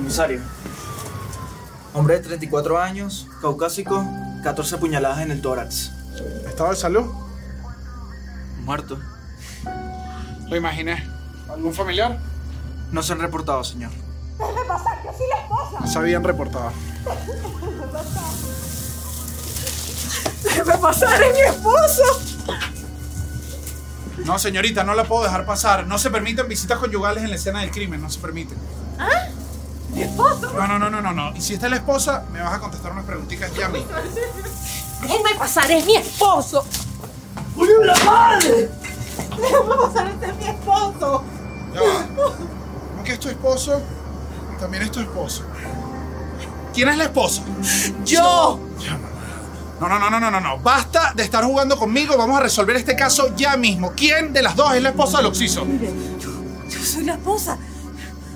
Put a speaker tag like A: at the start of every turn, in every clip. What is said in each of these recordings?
A: necesario. Hombre de 34 años, caucásico, 14 puñaladas en el tórax.
B: ¿Estado de salud?
A: Muerto.
B: Lo imaginé. ¿Algún familiar?
A: No se han reportado, señor.
C: Repasar, yo soy la esposa.
B: Se habían reportado.
C: Déjeme pasar, es mi esposo.
B: No, señorita, no la puedo dejar pasar. No se permiten visitas conyugales en la escena del crimen, no se permiten.
C: Mi esposo.
B: No, no, no, no, no, no. Y si esta es la esposa, me vas a contestar unas preguntitas ya a mí.
C: Déjenme pasar, es mi esposo.
A: ¡Uy, la madre!
C: Déjenme pasar, este es mi esposo.
B: Ya va. ¿Cómo que es tu esposo? También es tu esposo. ¿Quién es la esposa?
C: Yo.
B: No, no, no, no, no, no, no. Basta de estar jugando conmigo. Vamos a resolver este caso ya mismo. ¿Quién de las dos es la esposa del Oxiso?
C: Yo soy la esposa.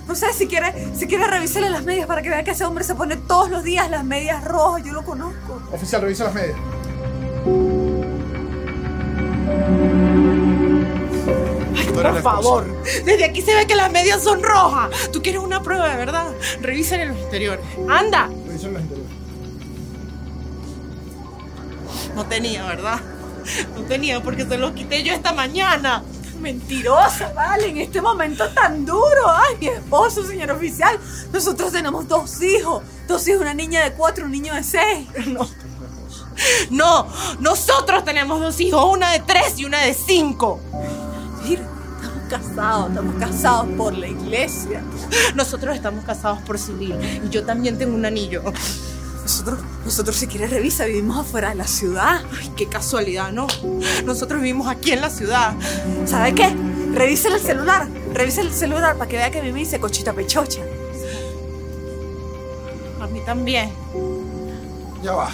C: O sea, si quiere, si quiere revisarle las medias para que vea que ese hombre se pone todos los días las medias rojas, yo lo conozco.
B: Oficial, revisa las medias. Tú eres la
C: Por
B: esposa.
C: favor. Desde aquí se ve que las medias son rojas. Tú quieres una prueba de verdad. Revísale los exteriores. Anda.
B: Revisa las interiores.
C: No tenía, ¿verdad? No tenía porque se los quité yo esta mañana. Mentirosa, vale, en este momento tan duro. Ay, mi esposo, señor oficial. Nosotros tenemos dos hijos. Dos hijos, una niña de cuatro, un niño de seis. No. No, nosotros tenemos dos hijos, una de tres y una de cinco. Mira, estamos casados, estamos casados por la iglesia. Nosotros estamos casados por civil y yo también tengo un anillo. Nosotros, nosotros si quieres revisa, vivimos afuera de la ciudad. Ay, qué casualidad, ¿no? Nosotros vivimos aquí en la ciudad. ¿Sabe qué? Revisa el celular, revisa el celular para que vea que a mí me dice cochita pechocha. A mí también.
B: Ya va.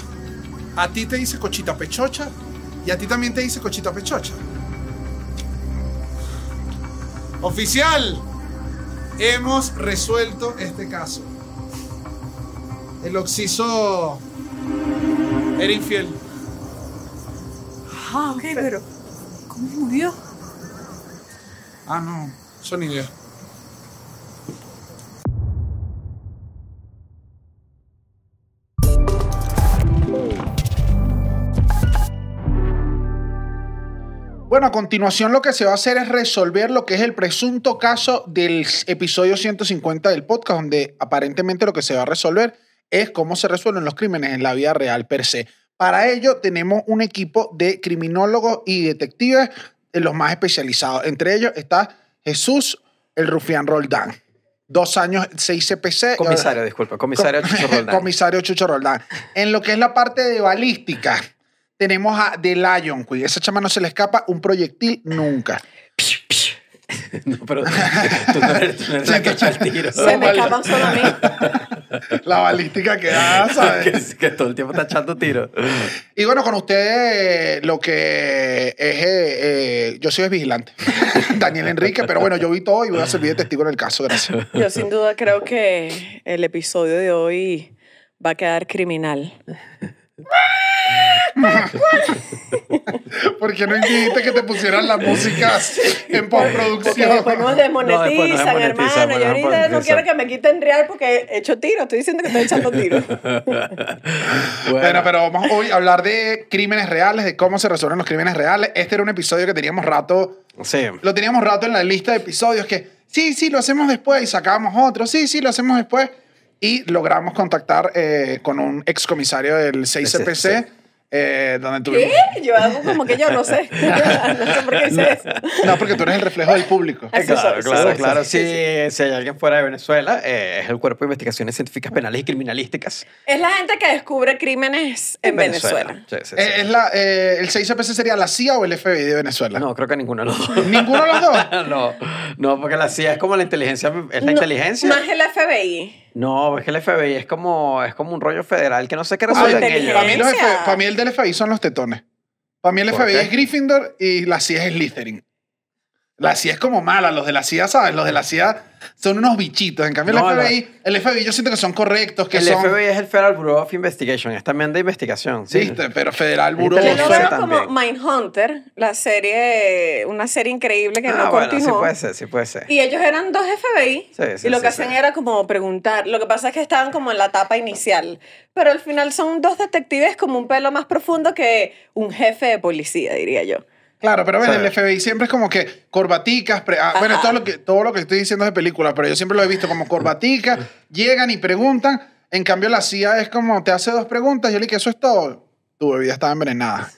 B: A ti te dice cochita pechocha y a ti también te dice cochita pechocha. Oficial, hemos resuelto este caso. El oxiso era infiel.
C: Ah, ok, pero ¿cómo murió?
B: Ah, no, son ideas. Bueno, a continuación lo que se va a hacer es resolver lo que es el presunto caso del s- episodio 150 del podcast, donde aparentemente lo que se va a resolver es cómo se resuelven los crímenes en la vida real per se. Para ello tenemos un equipo de criminólogos y detectives de los más especializados. Entre ellos está Jesús, el rufián Roldán. Dos años, seis CPC.
D: Comisario, disculpa, comisario Chucho Roldán.
B: Comisario Chucho Roldán. En lo que es la parte de balística, tenemos a The Lion Queen. Esa chama no se le escapa un proyectil nunca.
D: No, pero tú no eres, tú no eres la que echa el tiro.
C: Se me escapan solo a mí.
B: La balística que da, ¿sabes?
D: que, que todo el tiempo está echando tiro.
B: Y bueno, con ustedes eh, lo que es... eh, eh, yo soy el vigilante. Daniel Enrique, pero bueno, yo vi todo y voy a servir de testigo en el caso. Gracias.
E: Yo sin duda creo que el episodio de hoy va a quedar criminal.
B: Porque no impidiste que te pusieran la música en
E: Porque después nos
B: postproducción.
E: desmonetizan,
D: No, después nos desmonetizan, nos
E: hermano. Yo ahorita no
D: desmonetizan.
E: quiero que me quiten real porque he hecho tiro. Estoy diciendo que estoy echando tiro.
B: Bueno, pero vamos hoy a hablar de crímenes reales, de cómo se resuelven los crímenes reales. Este era un episodio que teníamos rato
D: Sí.
B: lo teníamos rato en la lista de episodios que sí, sí, lo hacemos después y sacábamos otro, sí, sí, lo hacemos después y logramos contactar eh, con un excomisario del 6CPC eh, donde tuvimos...
E: ¿Qué? Yo hago como que yo no sé. no sé por qué hice eso.
B: No, porque tú eres el reflejo del público.
E: Eso
D: Claro,
E: soy,
D: claro,
E: soy,
D: claro.
E: sí,
D: Sí, Si hay alguien fuera de Venezuela, eh, es el Cuerpo de Investigaciones Científicas Penales y Criminalísticas.
E: Es la gente que descubre crímenes en Venezuela.
D: Sí, sí, sí.
B: Eh, es la, eh, ¿El 6CPC sería la CIA o el FBI de Venezuela?
D: No, creo que ninguno de los dos.
B: ¿Ninguno de los dos?
D: no, no, porque la CIA es como la inteligencia, es la
E: No,
D: inteligencia.
E: Más el FBI.
D: No, es que el FBI es como, es como un rollo federal que no sé qué
E: Como
D: resuelven
E: inteligencia.
D: ellos.
B: para, mí los F- para mí el del FBI son los tetones. Para mí el
D: ¿Por
B: FBI
D: qué?
B: es Gryffindor y la CIA es Slytherin. La CIA es como mala, los de la CIA, ¿sabes? Los de la CIA son unos bichitos. En cambio,
D: No,
B: el
D: la-
B: FBI, el FBI yo siento que son correctos, que
D: el
B: son.
D: FBI es el Federal Bureau of Investigation, es también de investigación. Sí.
B: ¿Viste? Pero Federal Buró.
E: Yo lo
D: Televisor
E: veo
D: también.
E: como Mindhunter, la serie, una serie increíble que
D: Ah,
E: no
D: bueno, sí
E: continuó.
D: puede ser, sí puede ser.
E: Y ellos eran dos FBI.
D: Sí, sí,
E: y lo
D: sí,
E: que
D: sí.
E: hacían era como preguntar. Lo que pasa es que estaban como en la etapa inicial. Pero al final son dos detectives como un pelo más profundo que un jefe de policía, diría yo.
B: Claro, pero ven,
D: Sí.
B: el FBI siempre es como que corbaticas. pre- ah, bueno,
E: Ajá.
B: todo lo, que, todo lo que estoy diciendo es de película, pero yo siempre lo he visto como corbaticas, llegan y preguntan. En cambio, la CIA es como, te hace dos preguntas, yo le dije, eso es todo. Tu bebida estaba envenenada.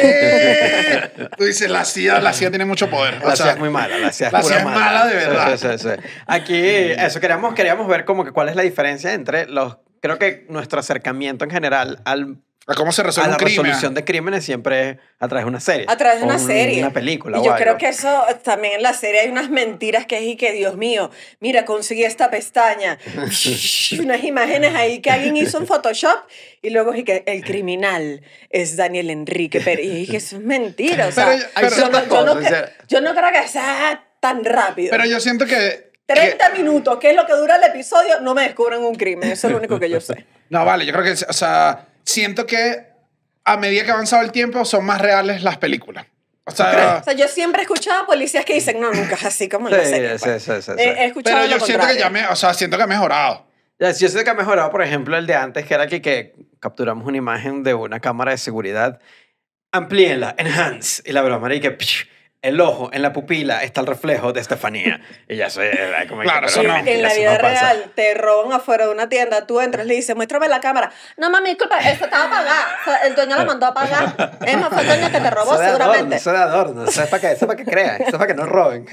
B: ¿Qué? Tú dices, la CIA, la CIA tiene mucho poder. O
D: La
B: sea,
D: CIA es muy mala, la CIA es
B: la
D: pura
B: CIA es mala de
D: Sí,
B: verdad. Mm.
D: sí, sí, sí. Aquí, eso, queríamos, queríamos ver como que cuál es la diferencia entre los... Creo que nuestro acercamiento en general al,
B: ¿A ¿Cómo se
D: a
B: resuelve
D: la
B: un crimen?
D: resolución de crímenes siempre es a través de una serie.
E: A través de
D: o
E: una
D: un-
E: serie.
D: Una película
E: Y
D: o
E: yo
D: algo.
E: creo que eso también en la serie hay unas mentiras que es y que, Dios mío, mira, conseguí esta pestaña. unas imágenes ahí que alguien hizo en Photoshop y luego es y que el criminal es Daniel Enrique Pérez. Y es que eso es mentira. O sea,
B: Pero- pero-
E: yo, no, yo no
D: o
E: cre-
D: sea-
E: yo no creo que sea tan rápido.
B: Pero yo siento que... que-
E: 30 minutos, que es lo que dura el episodio, no me descubren un crimen. Eso es lo único que yo sé.
B: No, vale, yo creo que, o sea, siento que a medida que ha avanzado el tiempo son más reales las películas. O sea,
E: O sea, yo siempre he escuchado a policías que dicen, no, nunca es así como en la
D: Sí,
E: serie.
D: sí,
E: pues".
D: sí, sí, sí.
E: He, he escuchado
B: pero
E: lo
B: yo siento que
E: contrario.
B: ya me, o sea, siento que ha mejorado.
D: Ya, Yo sé que ha mejorado, por ejemplo, el de antes, que era que, que capturamos una imagen de una cámara de seguridad. Amplíenla, enhance. Y la broma era y que psh, el ojo, en la pupila, está el reflejo de Estefanía. Y ya soy. era como que,
B: Claro,
D: pero
B: eso no.
D: mentira,
E: En la
D: eso
E: vida
D: no pasa.
E: real, te roban afuera de una tienda, tú entras, le dices, muéstrame la cámara. No, mami, disculpa, esta estaba apagada. O sea, el dueño la mandó a apagar. Es más, fue el dueño que te robó
D: Eso de adorno,
E: seguramente.
D: Eso de adorno, eso es para que, eso es para que crean, eso es para que no roben.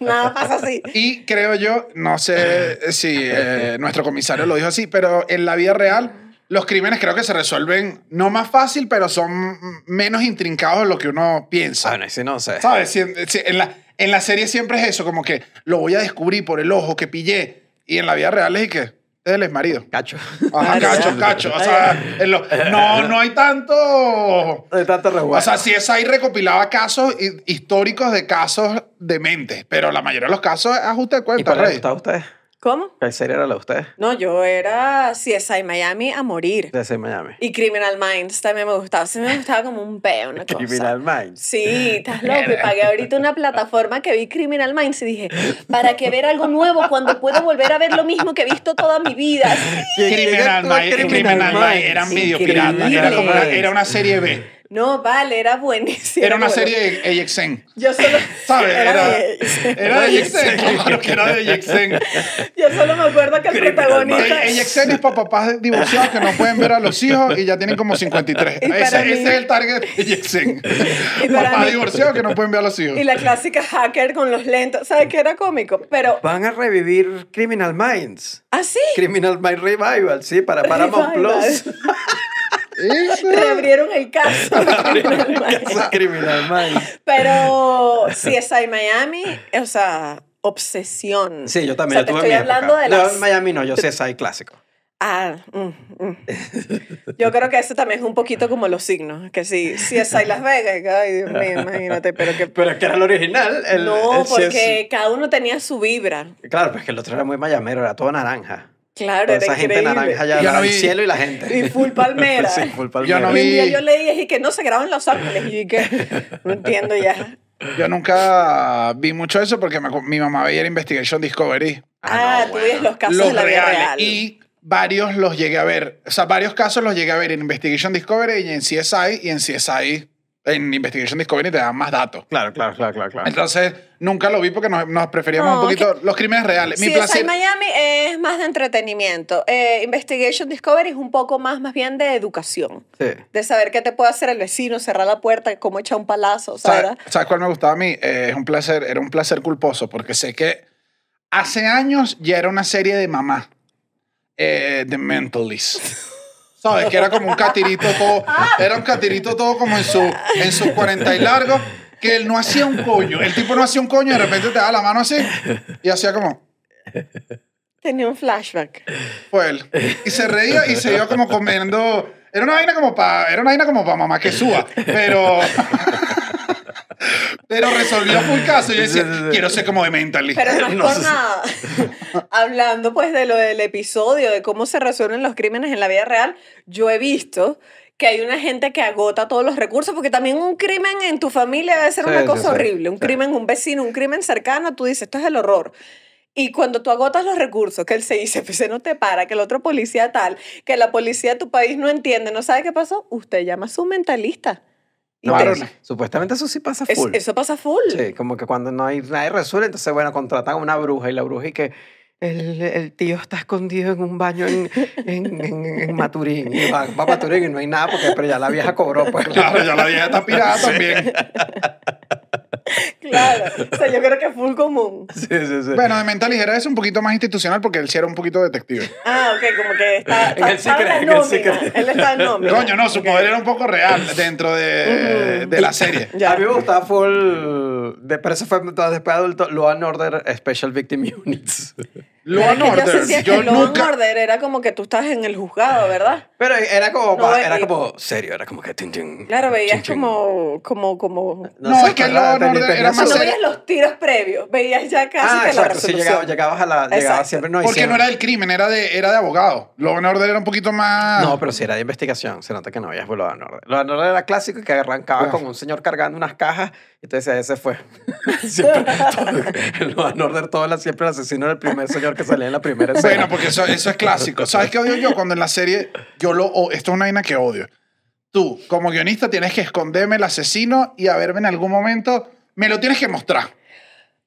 E: Nada pasa así.
B: Y creo yo, no sé si eh, nuestro comisario lo dijo así, pero en la vida real los crímenes creo que se resuelven no más fácil, pero son menos intrincados de lo que uno piensa.
D: Bueno, y si Ah, no sé.
B: ¿Sabes? Si- si- En la, en la serie siempre es eso, como que lo voy a descubrir por el ojo que pillé. Y en la vida real es y que él es marido.
D: Cacho.
B: Ajá, cacho, cacho. O sea, en lo- no, no hay tanto. O
D: De tanto revuelo.
B: sea, si es ahí recopilaba casos hi- históricos de casos dementes, pero la mayoría de los casos es ajuste de
D: ¿Y
B: cuenta,
D: cuál le
B: Rey.
D: gustaba a ustedes?
E: ¿Cómo?
D: ¿Qué serie era la de ustedes?
E: No, yo era CSI Miami a morir.
D: De ese Miami.
E: Y Criminal Minds también me gustaba. Sí me gustaba como un peo, una cosa.
D: Criminal Minds.
E: Sí, estás loco. Y pagué ahorita una plataforma que vi Criminal Minds y dije, ¿para qué ver algo nuevo cuando puedo volver a ver lo mismo que he visto toda mi vida? Sí.
B: Criminal Minds, Criminal Minds, eran medio piratas, era como una,
E: Increíble.
B: era una serie B,
E: No, vale, era buenísimo.
B: era una
E: bueno.
B: serie de Yexen,
E: Yo solo,
B: ¿sabes?
E: Era
B: Era,
E: de-
B: era de Yexen, claro que era de Yexen.
E: yo solo me acuerdo que el
D: Criminal
E: protagonista...
B: Yexen es para papás divorciados que no pueden ver a los hijos y ya tienen como 53.
E: Y para
B: Ese,
E: mí-
B: ese es el target de Yexen.
E: Y para
B: Papás
E: mí-
B: divorciados que no pueden ver a los hijos.
E: Y la clásica hacker con los lentos, ¿sabes qué era cómico? Pero, ¿Ah,
D: Van a revivir Criminal Minds.
E: así,
D: Criminal Minds Revival, sí, para Paramount
E: Revival.
D: Plus.
B: Eso.
E: reabrieron el caso.
D: Eso es Criminal Minds.
E: Pero CSI Miami, o sea, obsesión.
D: Sí, yo también.
E: O sea, te
D: yo tuve
E: estoy
D: mi
E: hablando
D: época.
E: de las...
D: No, Miami no, yo CSI clásico.
E: Ah, mm, mm. Yo creo que eso también es un poquito como los signos, que sí, CSI Las Vegas, que, ay Dios mío, imagínate, pero que...
D: Pero es que era el original. El,
E: no,
D: el
E: porque cada uno tenía su vibra.
D: CSI. Claro, pues que el otro era muy mayamero, era todo naranja.
E: Claro,
D: Toda
E: era
D: esa gente
E: increíble.
D: naranja ya,
B: Yo
D: era
B: no
D: el
B: vi-
D: cielo y la gente.
E: Y full palmera.
D: Sí, full palmera.
B: Yo no
E: Y
B: vi-
E: un día yo leí y dije que no se graba en Los Ángeles. Y yo que no entiendo ya.
B: Yo nunca vi mucho eso porque me acu- mi mamá veía el Investigation Discovery.
E: Ah,
D: Ah, no,
E: tú ves
D: bueno.
E: los casos de
B: los
E: la vida
B: reales.
E: real.
B: Y varios los llegué a ver. O sea, varios casos los llegué a ver en Investigation Discovery y en CSI. Y en CSI, en Investigation Discovery te dan más datos.
D: Claro, claro, claro, claro. claro.
B: Entonces, nunca lo vi porque nos, nos preferíamos
E: No,
B: un poquito los crímenes reales. Mi
E: Sí,
B: placer.
E: Miami es más de entretenimiento. Eh, Investigation Discovery es un poco más, más bien de educación.
D: Sí.
E: De saber qué te puede hacer el vecino, cerrar la puerta, cómo echar un palazo,
B: ¿Sabes,
E: ¿sabes?
B: ¿sabes cuál me gustaba a mí? Eh, es un placer, era un placer culposo porque sé que hace años ya era una serie de mamá. Eh, The Mentalist. ¿Sabes? Que era como un catirito todo. Era un catirito todo como en su, en sus 40 y largo. Que él no hacía un coño. El tipo no hacía un coño y de repente te daba la mano así. Y hacía como.
E: Tenía un flashback.
B: Fue él. Y se reía y se iba como comiendo. Era una vaina como para. Era una vaina como para mamá que suba. Pero. Pero resolvió full caso. Yo decía,
D: Sí, sí, sí.
B: quiero ser como de mentalista.
E: Pero no
D: No
E: es por
D: sé.
E: nada. Hablando pues de lo del episodio, de cómo se resuelven los crímenes en la vida real, yo he visto que hay una gente que agota todos los recursos, porque también un crimen en tu familia debe ser
D: Sí,
E: una
D: sí,
E: cosa
D: sí.
E: horrible. Un
D: Sí.
E: crimen, un vecino, un crimen cercano, tú dices, esto es el horror. Y cuando tú agotas los recursos, que el CICPC "Pues, no te para, que el otro policía tal, que la policía de tu país no entiende, no sabe qué pasó, usted llama a su mentalista. Y
D: No,
E: te-
D: pero supuestamente eso sí pasa
E: es-
D: full.
E: eso pasa full.
D: Sí, como que cuando no hay nadie resuelve, entonces, bueno, contratan a una bruja y la bruja y que el, el tío está escondido en un baño en, en, en- en Maturín. Y va, va a Maturín y no hay nada porque pero ya la vieja cobró. Pues,
B: Claro, ya la vieja está pirada también.
E: Claro. O sea, yo creo que es full común.
D: Sí, sí, sí.
B: Bueno, de mental ligera es un poquito más institucional porque él sí era un poquito detective.
E: Ah, ok, como que está.
D: En el
E: está-
D: secret, en
E: estaba en la
D: el
E: nómina.
D: secret.
E: Él está en nómina.
B: Coño, no, su
E: Ok. Mm.
B: poder era un poco real dentro de, de la serie.
E: Ya.
D: A mí me gustaba full. De, pero eso fue entonces, después de adulto. Law and Order Special Victim Units.
E: Pero
B: Law
E: es
B: and
E: que Yo
B: Order.
E: sentía
B: Yo
E: que Law and
B: nunca. Eh,
E: Order era como que tú estás en el juzgado, ¿verdad?
D: Pero era como,
E: No, eh,
D: pa- era
E: y-
D: como serio, era como que. tin, tin,
E: Claro, veías
D: tin, tin.
E: como, como, como.
B: No,
D: sé,
B: es que
D: pero
B: Law and
D: tenía-
B: Order
D: tenía
B: era
D: su-
B: más
E: No
B: serio.
E: veías los tiros previos, veías ya casi
D: Ah,
E: que la
D: exacto, sí, llegaba-
E: resolución.
D: llegabas a la. Llegabas
E: Exacto.
D: siempre, no y
B: Porque no
D: siempre.
B: era del crimen, era de, era de abogado. Law and Order era un poquito más.
D: No, pero si era de investigación, se nota que no habías vuelto a Norte. Lo de Norte era clásico que arrancaba
B: Claro.
D: con un señor cargando unas cajas y tú decías, ese fue. siempre, todo, en Order todo era siempre el asesino del primer señor que salía en la primera escena.
B: Bueno, porque eso, eso es clásico. ¿Sabes qué odio yo? Cuando en la serie, yo lo. o- esto es una vaina que odio. Tú, como guionista, tienes que esconderme el asesino y a verme en algún momento. Me lo tienes que mostrar.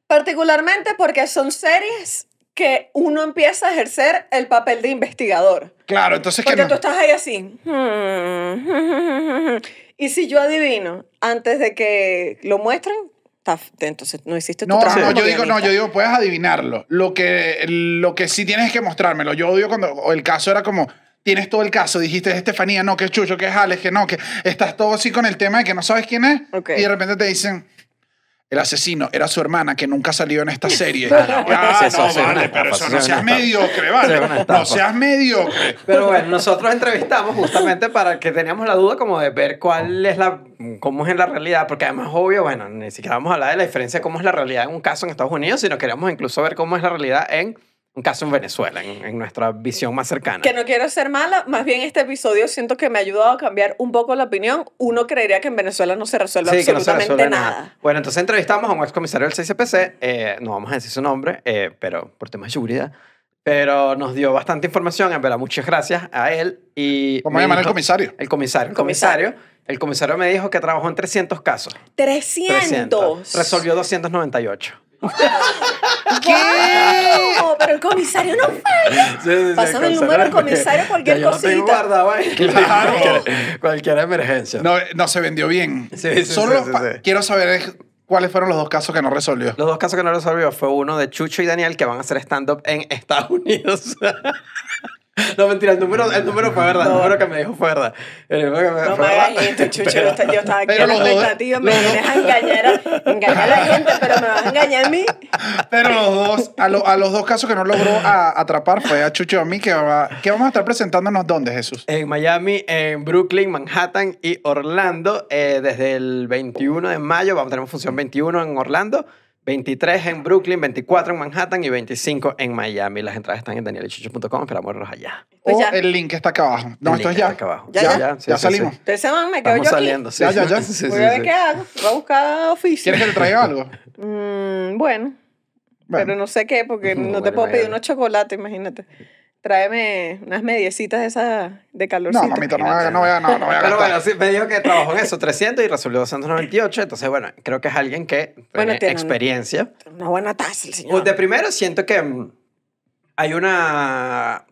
E: Particularmente porque son series que uno empieza a ejercer el papel de investigador.
B: Claro, entonces que
E: Porque
B: no.
E: tú estás ahí así. hmm, Y si yo adivino antes de que lo muestren, ta- entonces no hiciste tu
B: No,
E: trabajo.
B: no,
E: como
B: yo digo, no,
E: guionista.
B: yo digo, puedes adivinarlo. Lo que, lo que sí tienes es que mostrármelo. Yo odio cuando o el caso era como, tienes todo el caso, dijiste es Estefanía, no, que es Chucho, que es Alex, que no, que estás todo así con el tema de que no sabes quién es.
E: Ok.
B: Y de repente te dicen, el asesino era su hermana que nunca salió en esta serie.
D: Ah, no, bueno,
B: Ah,
D: sí, eso
B: no,
D: sí es una
B: vale,
D: estafa,
B: pero eso
D: sí
B: no
D: es una
B: seas
D: estafa.
B: mediocre,
D: Sí
B: vale.
D: es una
B: No
D: estafa.
B: seas mediocre.
D: Pero bueno, nosotros entrevistamos justamente para que teníamos la duda como de ver cuál es la, cómo es en la realidad, porque además obvio, bueno, ni siquiera vamos a hablar de la diferencia de cómo es la realidad en un caso en Estados Unidos, sino queríamos incluso ver cómo es la realidad en un caso en Venezuela, en, en nuestra visión más cercana.
E: Que no quiero ser mala, más bien este episodio siento que me ha ayudado a cambiar un poco la opinión. Uno creería que en Venezuela no se resuelve
D: Sí, que no se
E: absolutamente
D: resuelve
E: nada.
D: nada. Bueno, entonces entrevistamos a un excomisario del CCPC, eh, no vamos a decir su nombre, eh, pero por temas de seguridad, pero nos dio bastante información, en verdad, muchas gracias a él y...
B: ¿Cómo
D: me
B: llamar al
D: dijo-
B: comisario?
D: El comisario, el
E: Comisario.
D: comisario. El comisario me dijo que trabajó en 300 casos.
E: 300.
D: 300. Resolvió 298.
E: ¿Qué? pero el comisario no falla. Pásame el número del comisario, cualquier
D: Ya yo lo tengo
E: cosita.
D: guardado ahí.
B: Claro.
D: Cualquier- Cualquier emergencia.
B: No, no se vendió bien.
D: Sí, sí,
B: Solo
D: sí,
B: los
D: sí,
B: pa-
D: sí.
B: quiero saber es- cuáles fueron los dos casos que no resolvió.
D: Los dos casos que no resolvió fue uno de Chucho y Daniel que van a hacer stand-up en Estados Unidos. no, mentira, el número, el número fue verdad. El número que me dijo fue verdad. El número que me
E: No
D: fue
E: me hagas
D: verdad.
E: esto, Chucho.
D: Pero-
E: yo estaba- yo estaba aquí
B: pero
E: a la
B: los dos-
E: expectativa. Me
B: los dos-
E: vienes a engañar a, engañar a la gente, pero me vas a engañar a mí.
B: Pero los dos, a, lo- a los dos casos que no logró a- atrapar fue a Chucho y a mí, que, va- que vamos a estar presentándonos dónde, Jesús.
D: En Miami, en Brooklyn, Manhattan y Orlando. eh, desde el 21 de mayo vamos a tener función 21 en Orlando, 23 en Brooklyn, 24 en Manhattan y 25 en Miami. Las entradas están en danielichucho.com. Esperamos verlos allá.
E: Pues
B: o
E: ya.
B: el link que está acá abajo. No,
D: El
B: esto es
D: link
B: ya.
D: está acá abajo.
B: Ya,
E: Ya,
B: ya,
D: ya. Sí, sí,
B: salimos.
D: sí.
E: Ustedes se van, me quedo
D: Estamos
E: yo aquí.
D: saliendo. sí.
B: Ya, ya, ya.
D: Sí, sí,
E: Voy a ver
D: sí.
E: qué hago. Voy a buscar oficio.
B: ¿Quieres que te traiga algo?
E: Mm, bueno.
B: Bueno,
E: Pero no sé qué, porque no,
D: No,
E: te
D: bueno,
E: puedo pedir
D: imagínate.
E: unos chocolates, imagínate. Tráeme unas mediecitas de esas de calorcito.
B: no, mamita, no voy a, no voy a, no, no voy a
D: Pero bueno,
B: gastar.
D: sí, me dijo que trabajó en eso, 300 y resolvió 298. Entonces, bueno, creo que es alguien que
E: Bueno,
D: tiene
E: tiene un-
D: experiencia.
E: Una buena taza, el
D: O
E: señor.
D: Pues, de primero, siento que mm, hay una.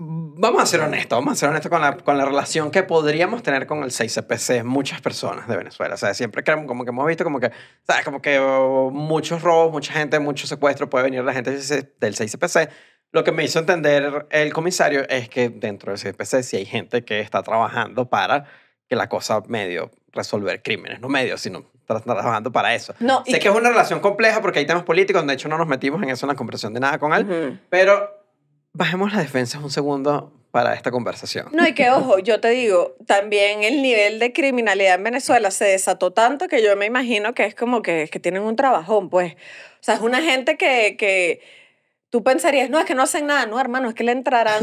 D: Vamos a ser honestos, vamos a ser honestos con la, con la relación que podríamos tener con el 6CPC muchas personas de Venezuela. O sea, siempre que, como que hemos visto como que, ¿sabes? Como que oh, muchos robos, mucha gente, muchos secuestros, puede venir la gente del 6C del 6CPC. Lo que me hizo entender el comisario es que dentro del 6CPC sí hay gente que está trabajando para que la cosa medio resolver crímenes, no medio, sino tra- trabajando para eso.
E: No, y
D: Sé que es una relación compleja porque hay temas políticos, de hecho no nos metimos en eso en la conversación de nada con él,
E: Ujú.
D: pero bajemos las defensas un segundo para esta conversación.
E: No, y que ojo, yo te digo, también el nivel de criminalidad en Venezuela se desató tanto que yo me imagino que es como que, que tienen un trabajón, pues. O sea, es una gente que, que tú pensarías, no, es que no hacen nada, no, hermano, es que le entrarán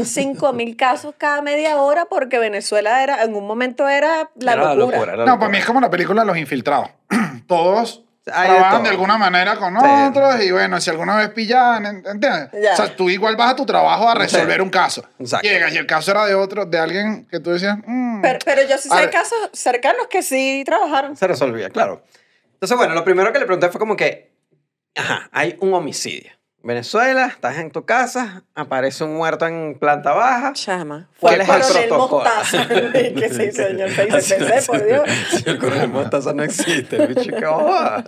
E: 5.000 casos cada media hora porque Venezuela era, en un momento era la
D: Era
E: locura.
D: era la
B: No, pues, para mí es como la película Los Infiltrados. Todos
D: Hay de
B: trabajan
D: todo.
B: de, alguna manera con
D: Sí.
B: otros y bueno, si alguna vez pillan, ¿en- ¿entiendes?
E: Ya.
B: O sea, tú igual vas a tu trabajo a resolver
D: Sí.
B: un caso.
D: Exacto.
B: Llegas y el caso era de otro, de alguien que tú decías, mm,
E: Pero, pero yo sí
B: A
E: sé de
B: ver.
E: casos cercanos que sí trabajaron.
D: Se resolvía, claro. Entonces, bueno, lo primero que le pregunté fue como que, ajá, hay un homicidio. Venezuela, estás en tu casa, aparece un muerto en planta baja.
E: Chama. Fue
D: ¿Cuál
E: el
D: es el
E: coronel
D: protocolo?
E: Mostaza. que sí, señor, se dice, pensé, por Dios.
D: Sí, el coronel Mostaza no existe, bicho, qué boba.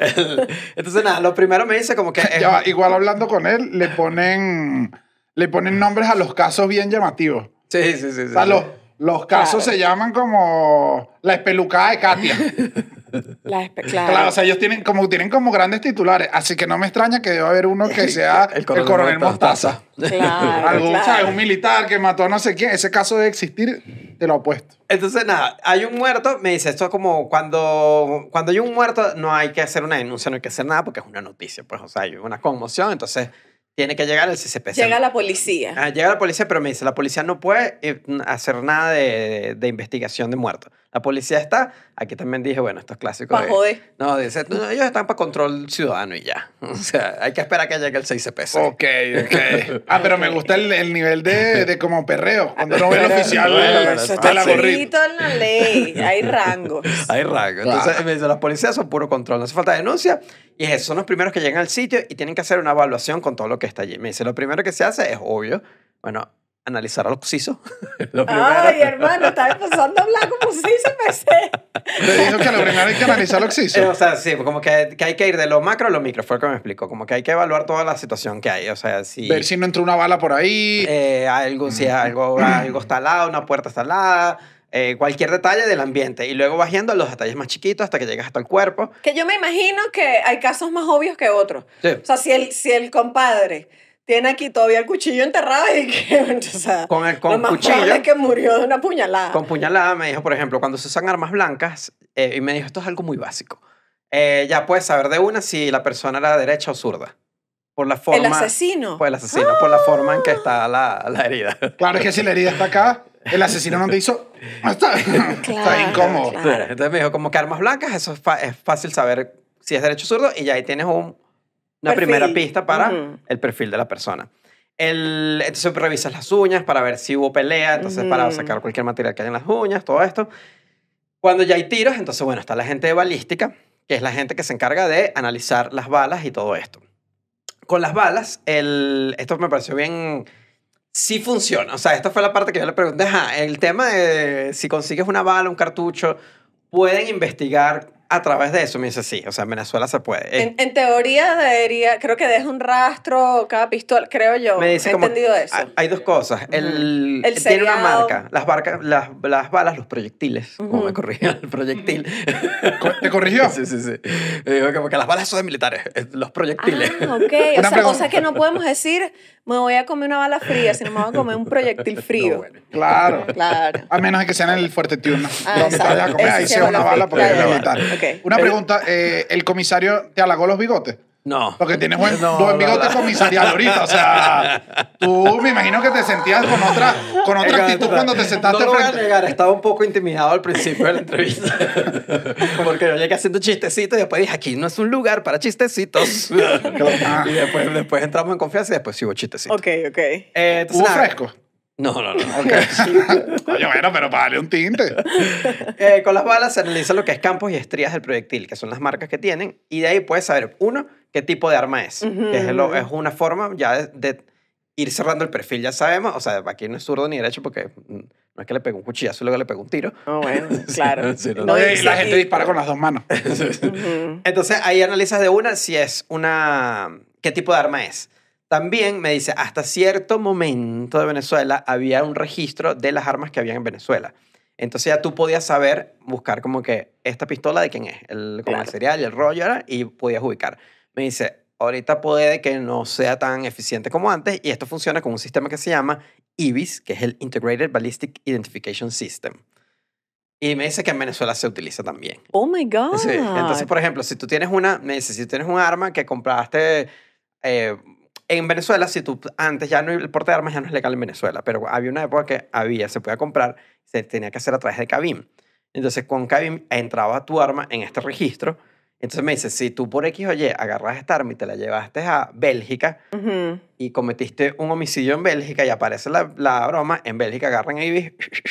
D: El- Entonces, nada, lo primero me dice como que... es-
B: ya va, igual hablando con él, le ponen, le ponen nombres a los casos bien llamativos.
D: Sí, sí, sí.
B: O
D: sí,
B: sea,
D: sí.
B: los, los casos
E: Claro.
B: se llaman como la espelucada de Katia.
E: La espe- claro.
B: Claro, o sea, ellos tienen como, tienen como grandes titulares, así que no me extraña que deba haber uno que sea el coronel, Mostaza.
E: Claro,
B: Algún,
E: claro.
B: ¿sabes? Un militar que mató a no sé quién. Ese caso de existir, te lo apuesto.
D: Entonces, nada, hay un muerto, me dice, esto es como cuando, cuando hay un muerto no hay que hacer una denuncia, no hay que hacer nada porque es una noticia, pues, o sea, hay una conmoción, entonces tiene que llegar el CCPC.
E: Llega la policía.
D: Ah, llega la policía, pero me dice, la policía no puede eh, hacer nada de, de investigación de muertos. La policía está, aquí también dije, bueno, esto es clásico.
E: Pa'
D: de-
E: joder.
D: No, dice, "No, ellos están para control ciudadano y ya. O sea, hay que esperar que llegue el 6 CPC.
B: Ok, ok. Ah, pero me gusta el, el nivel de, de como perreo. Cuando no ve el oficial
D: Bueno,
B: de,
D: eso
B: de
D: está
B: la gorrita.
E: escrito en la ley. Hay rangos.
D: Hay rango. Entonces me dice, las policías son puro control, no hace falta denuncia. Y es eso, son los primeros que llegan al sitio y tienen que hacer una evaluación con todo lo que está allí. Me dice, lo primero que se hace es obvio, bueno, analizar a los CISO. lo primero.
E: Ay, hermano, estaba empezando a hablar como si se
B: Le dijo que lo primero hay que analizar lo que se
D: Eh, o
B: hizo.
D: sea, sí, como que, que hay que ir de lo macro a lo micro, fue lo que me explicó. Como que hay que evaluar toda la situación que hay. O sea, si,
B: Ver si no entró una bala por ahí.
D: eh, algo, si algo, algo está al lado, una puerta está al lado, eh, cualquier detalle del ambiente. Y luego vas yendo a los detalles más chiquitos hasta que llegas hasta el cuerpo.
E: Que yo me imagino que hay casos más obvios que otros.
D: Sí.
E: O sea, si el, si el compadre tiene aquí todavía el cuchillo enterrado y que, o sea,
D: Con el- con
E: lo más
D: cuchillo.
E: probable es que murió de una puñalada.
D: Con puñalada me dijo, por ejemplo, cuando se usan armas blancas, eh, y me dijo, esto es algo muy básico. Eh, ya puedes saber de una si la persona era derecha o zurda. Por la forma.
E: el asesino. ¡Ah!
D: Por el asesino, por la forma en que está la, la herida.
B: Claro, es que si la herida está acá, el asesino no te hizo. Está, está incómodo.
E: claro.
D: Claro, Entonces me dijo, como que armas blancas, eso es, fa- es fácil saber si es derecho o zurdo y ya ahí tienes un- una
E: Perfil.
D: primera pista para
E: Ujú.
D: el perfil de la persona. El, entonces revisas las uñas para ver si hubo pelea, entonces para
E: Ujú.
D: sacar cualquier material que hay en las uñas, todo esto. Cuando ya hay tiros, entonces bueno, está la gente de balística, que es la gente que se encarga de analizar las balas y todo esto. Con las balas, el, esto me pareció bien, sí funciona. O sea, esta fue la parte que yo le pregunté. Ajá, el tema de si consigues una bala, un cartucho, pueden investigar a través de eso. Me dice, sí, o sea, en Venezuela se puede.
E: En, en teoría debería, creo que deja un rastro cada pistola, creo yo.
D: me dice
E: He
D: como,
E: entendido eso.
D: "Ah, Hay dos cosas. El,
E: El
D: tiene una
E: seriado.
D: marca. Las, barca- las, las balas, los proyectiles. Como me
E: Ujú.
D: corrigieron, el proyectil.
B: ¿Te corrigió?
D: sí, sí, sí. Me dijo que porque las balas son de militares. eh, Los proyectiles.
E: Ah, ok. O
B: Una
E: sea, o
B: pregunta.
E: sea que no podemos decir, me voy a comer una bala fría, sino me voy a comer un proyectil frío.
D: No, bueno.
B: Claro.
E: Claro.
B: A menos de que sea en el Fuerte Tiuna.
E: Ah,
B: donde te
E: exacto.
B: vayas a comer,
E: Ese
B: ahí
E: sí
B: sea
E: es
B: una
E: bueno,
B: bala
E: sí,
B: porque
E: ya,
B: es
E: ya,
B: militar.
E: ya. Ok.
B: Una pregunta, eh, ¿el comisario te halagó los bigotes?
D: No.
B: Porque tienes buen,
D: No,
B: buen
D: no,
B: bigote
D: no.
B: comisarial ahorita. O sea, tú me imagino que te sentías con otra, con otra actitud cuando te sentaste
D: no lo voy a
B: frente.
D: negar, estaba un poco intimidado al principio de la entrevista. Porque yo llegué haciendo chistecitos y después dije, aquí no es un lugar para chistecitos. y después, después entramos en confianza y después sí hubo chistecitos.
E: Ok, ok.
D: Eh, entonces,
B: ¿Hubo
D: nada.
B: fresco?
D: No, no, no.
B: Coño, bueno, pero para darle un tinte.
D: Eh, con las balas se analiza lo que es campos y estrías del proyectil, que son las marcas que tienen, y de ahí puedes saber, uno, qué tipo de arma es. que es, lo- es una forma ya de, de ir cerrando el perfil, ya sabemos. O sea, aquí no es zurdo ni derecho porque mm, no es que le pegó un cuchillazo y luego le pegó un tiro.
E: No, bueno, claro.
D: sí, no,
E: No,
B: Oye, y
E: y-
B: la
E: y-
B: gente dispara con las dos manos.
E: Ujú.
D: Entonces ahí analizas de una si es una... ¿Qué tipo de arma es? También me dice, hasta cierto momento de Venezuela había un registro de las armas que habían en Venezuela. Entonces ya tú podías saber, buscar como que esta pistola de quién es, el, como el
E: Claro.
D: serial, el rollo, era, y podías ubicar. Me dice, ahorita puede que no sea tan eficiente como antes y esto funciona con un sistema que se llama IBIS, que es el Integrated Ballistic Identification System. Y me dice que en Venezuela se utiliza también.
E: Oh my God.
D: Sí, Entonces, por ejemplo, si tú tienes una, me dice, si tú tienes un arma que compraste eh, en Venezuela, si tú antes ya no, el porte de armas ya no es legal en Venezuela, pero había una época que había, se podía comprar, se tenía que hacer a través de Cabim. Entonces, con Cabim entraba tu arma en este registro. Entonces me dice, si tú por X o Y agarras esta arma y te la llevaste a Bélgica
E: Ujú.
D: y cometiste un homicidio en Bélgica y aparece la, la broma, en Bélgica agarran a Ibis,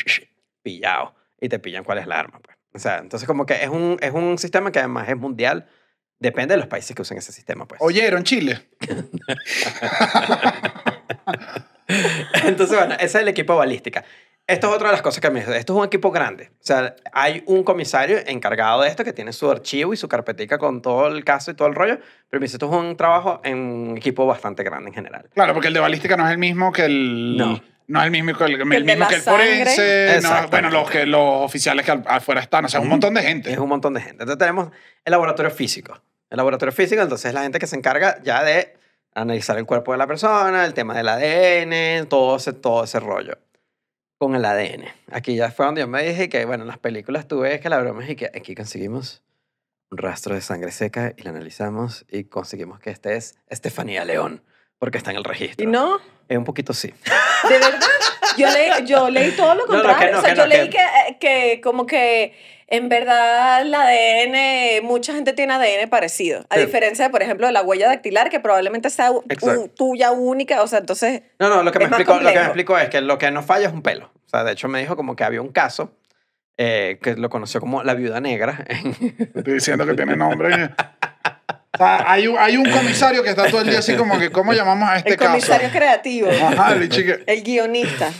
D: pillado, y te pillan cuál es la arma. Pues. O sea, entonces como que es un, es un sistema que además es mundial, depende de los países que usen ese sistema. Pues.
B: ¿Oyeron, Chile?
D: Entonces, bueno, ese es el equipo de balística. Esto es otra de las cosas que me dice. Esto es un equipo grande. O sea, hay un comisario encargado de esto que tiene su archivo y su carpetica con todo el caso y todo el rollo, pero me dice, esto es un trabajo en un equipo bastante grande en general.
B: Claro, porque el de balística no es el mismo que el...
D: No.
B: No es el mismo que el, el
E: de
B: mismo
E: la
B: que el
E: sangre.
B: forense. no,
D: Exactamente.
B: bueno, los, que, los oficiales que al- afuera están. O sea, un montón de gente.
D: Es un montón de gente. Entonces tenemos el laboratorio físico. El laboratorio físico, entonces es la gente que se encarga ya de analizar el cuerpo de la persona, el tema del ADN, todo ese, todo ese rollo. Con el ADN. Aquí ya fue donde yo me dije que, bueno, en las películas tú ves que la broma es y que aquí conseguimos un rastro de sangre seca y la analizamos y conseguimos que este es Estefanía León, porque está en el registro.
E: ¿Y no?
D: Es un poquito sí.
E: ¿De verdad? Yo, leí- yo leí todo lo
D: No, no,
E: contrario.
D: que no,
E: o sea,
D: que
E: yo
D: no,
E: leí
D: que-
E: que, eh, que como que en verdad el ADN, mucha gente tiene ADN parecido. A
D: Sí.
E: diferencia, de, por ejemplo, de la huella dactilar, que probablemente sea u-
D: Exacto.
E: u- tuya única. O sea, entonces...
D: No, no, lo que, me
E: Es más
D: explicó, lo que me
E: complejo.
D: explicó es que lo que no falla es un pelo. O sea, de hecho me dijo como que había un caso eh, que lo conoció como la viuda negra.
B: Estoy diciendo que tiene nombre. O sea, hay, un- hay un comisario que está todo el día así como que, ¿cómo llamamos a este
E: el comisario creativo.
B: caso? Ajá, el chique-
E: El guionista.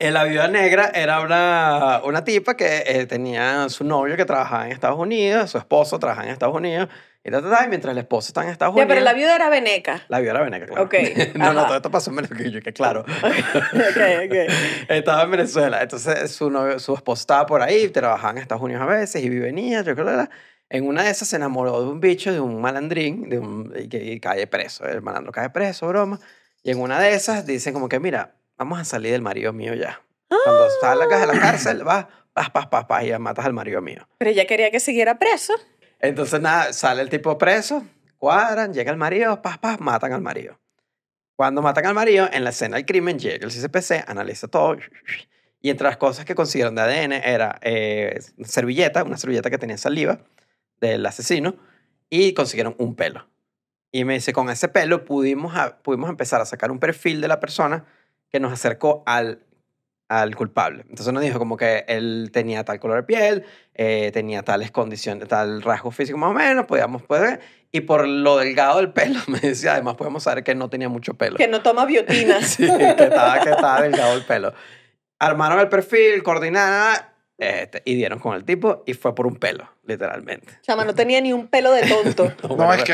D: Eh, la viuda negra era una, una tipa que eh, tenía su novio que trabajaba en Estados Unidos, su esposo trabajaba en Estados Unidos, y, ta, ta, ta, y mientras el esposo está en Estados
E: Ya,
D: Unidos...
E: pero la viuda era veneca.
D: La viuda era veneca, claro.
E: Ok,
D: no, no,
E: ajá.
D: todo esto pasó en Venezuela, yo que claro.
E: ok, ok.
D: Estaba en Venezuela. Entonces su, novio- su esposo estaba por ahí, trabajaba en Estados Unidos a veces y venía. Yo creo que era- en una de esas se enamoró de un bicho, de un malandrín, de un, y, que- y cae preso. El malandro cae preso, broma. Y en una de esas dicen como que, mira, vamos a salir del marido mío ya. Cuando salgas de la cárcel, vas, vas, vas, vas, vas y ya matas al marido mío.
E: Pero ella quería que siguiera preso.
D: Entonces, nada, sale el tipo preso, cuadran, llega el marido, pas, pas, matan al marido. Cuando matan al marido, en la escena del crimen llega el CCPC, analiza todo. Y entre las cosas que consiguieron de ADN era eh, servilleta, una servilleta que tenía saliva del asesino, y consiguieron un pelo. Y me dice, con ese pelo pudimos, a- pudimos empezar a sacar un perfil de la persona que nos acercó al, al culpable. Entonces nos dijo como que él tenía tal color de piel, eh, tenía tales condiciones, tal rasgo físico más o menos, podíamos poder, y por lo delgado del pelo, me decía, además podemos saber que no tenía mucho pelo.
E: Que no toma biotina.
D: Sí, que estaba, que estaba delgado el pelo. Armaron el perfil, coordinaron, este, y dieron con el tipo, y fue por un pelo, literalmente.
E: Chama, no tenía ni un pelo de tonto.
D: No,
B: es que-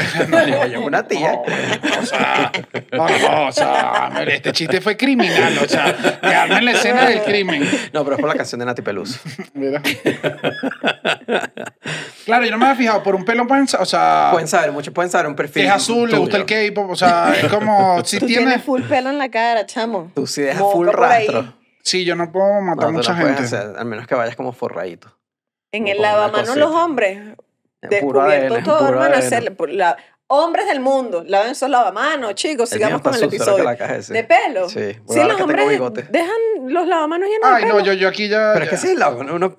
D: yo una tía.
B: O sea, no, no, o sea, este chiste fue criminal, o sea, quedarme en la escena del crimen.
D: No, pero es por la canción de Nati Peluso.
B: Mira. Claro, yo no me había fijado, por un pelo, pueden sa- o
E: Ah.
B: sea,
D: Pueden saber, muchos pueden saber un perfil.
B: que es azul, le gusta el
D: tuyo.
B: K-pop, o sea, es como, si
E: Tú tienes
B: tienes...
E: full pelo en la cara, chamo.
D: Tú sí dejas
E: Moco
D: full
E: por ahí.
D: rastro.
B: Sí, yo no puedo
D: No,
B: matar
D: tú no
B: mucha
D: puedes
B: gente.
D: hacer, al menos que vayas como forradito.
E: En
D: Como
E: el
D: una
E: lavamanos
D: cosita.
E: los hombres.
D: Puro
E: Descubierto
D: ADN,
E: todo,
D: puro
E: hermano.
D: ADN.
E: hacer- por la- hombres del mundo, laven esos lavamanos, chicos.
D: El mío
E: sigamos
D: está
E: con el
D: sucio,
E: episodio.
D: ahora que la caja ese.
E: ¿De pelo?
D: Sí, bueno, ahora que
E: los
D: tengo
E: hombres
D: bigote.
E: dejan los lavamanos llenos
B: Ay,
E: de
B: no,
E: pelo.
B: yo, yo aquí ya...
D: Pero es que
B: ya-
D: sí, loco, uno, uno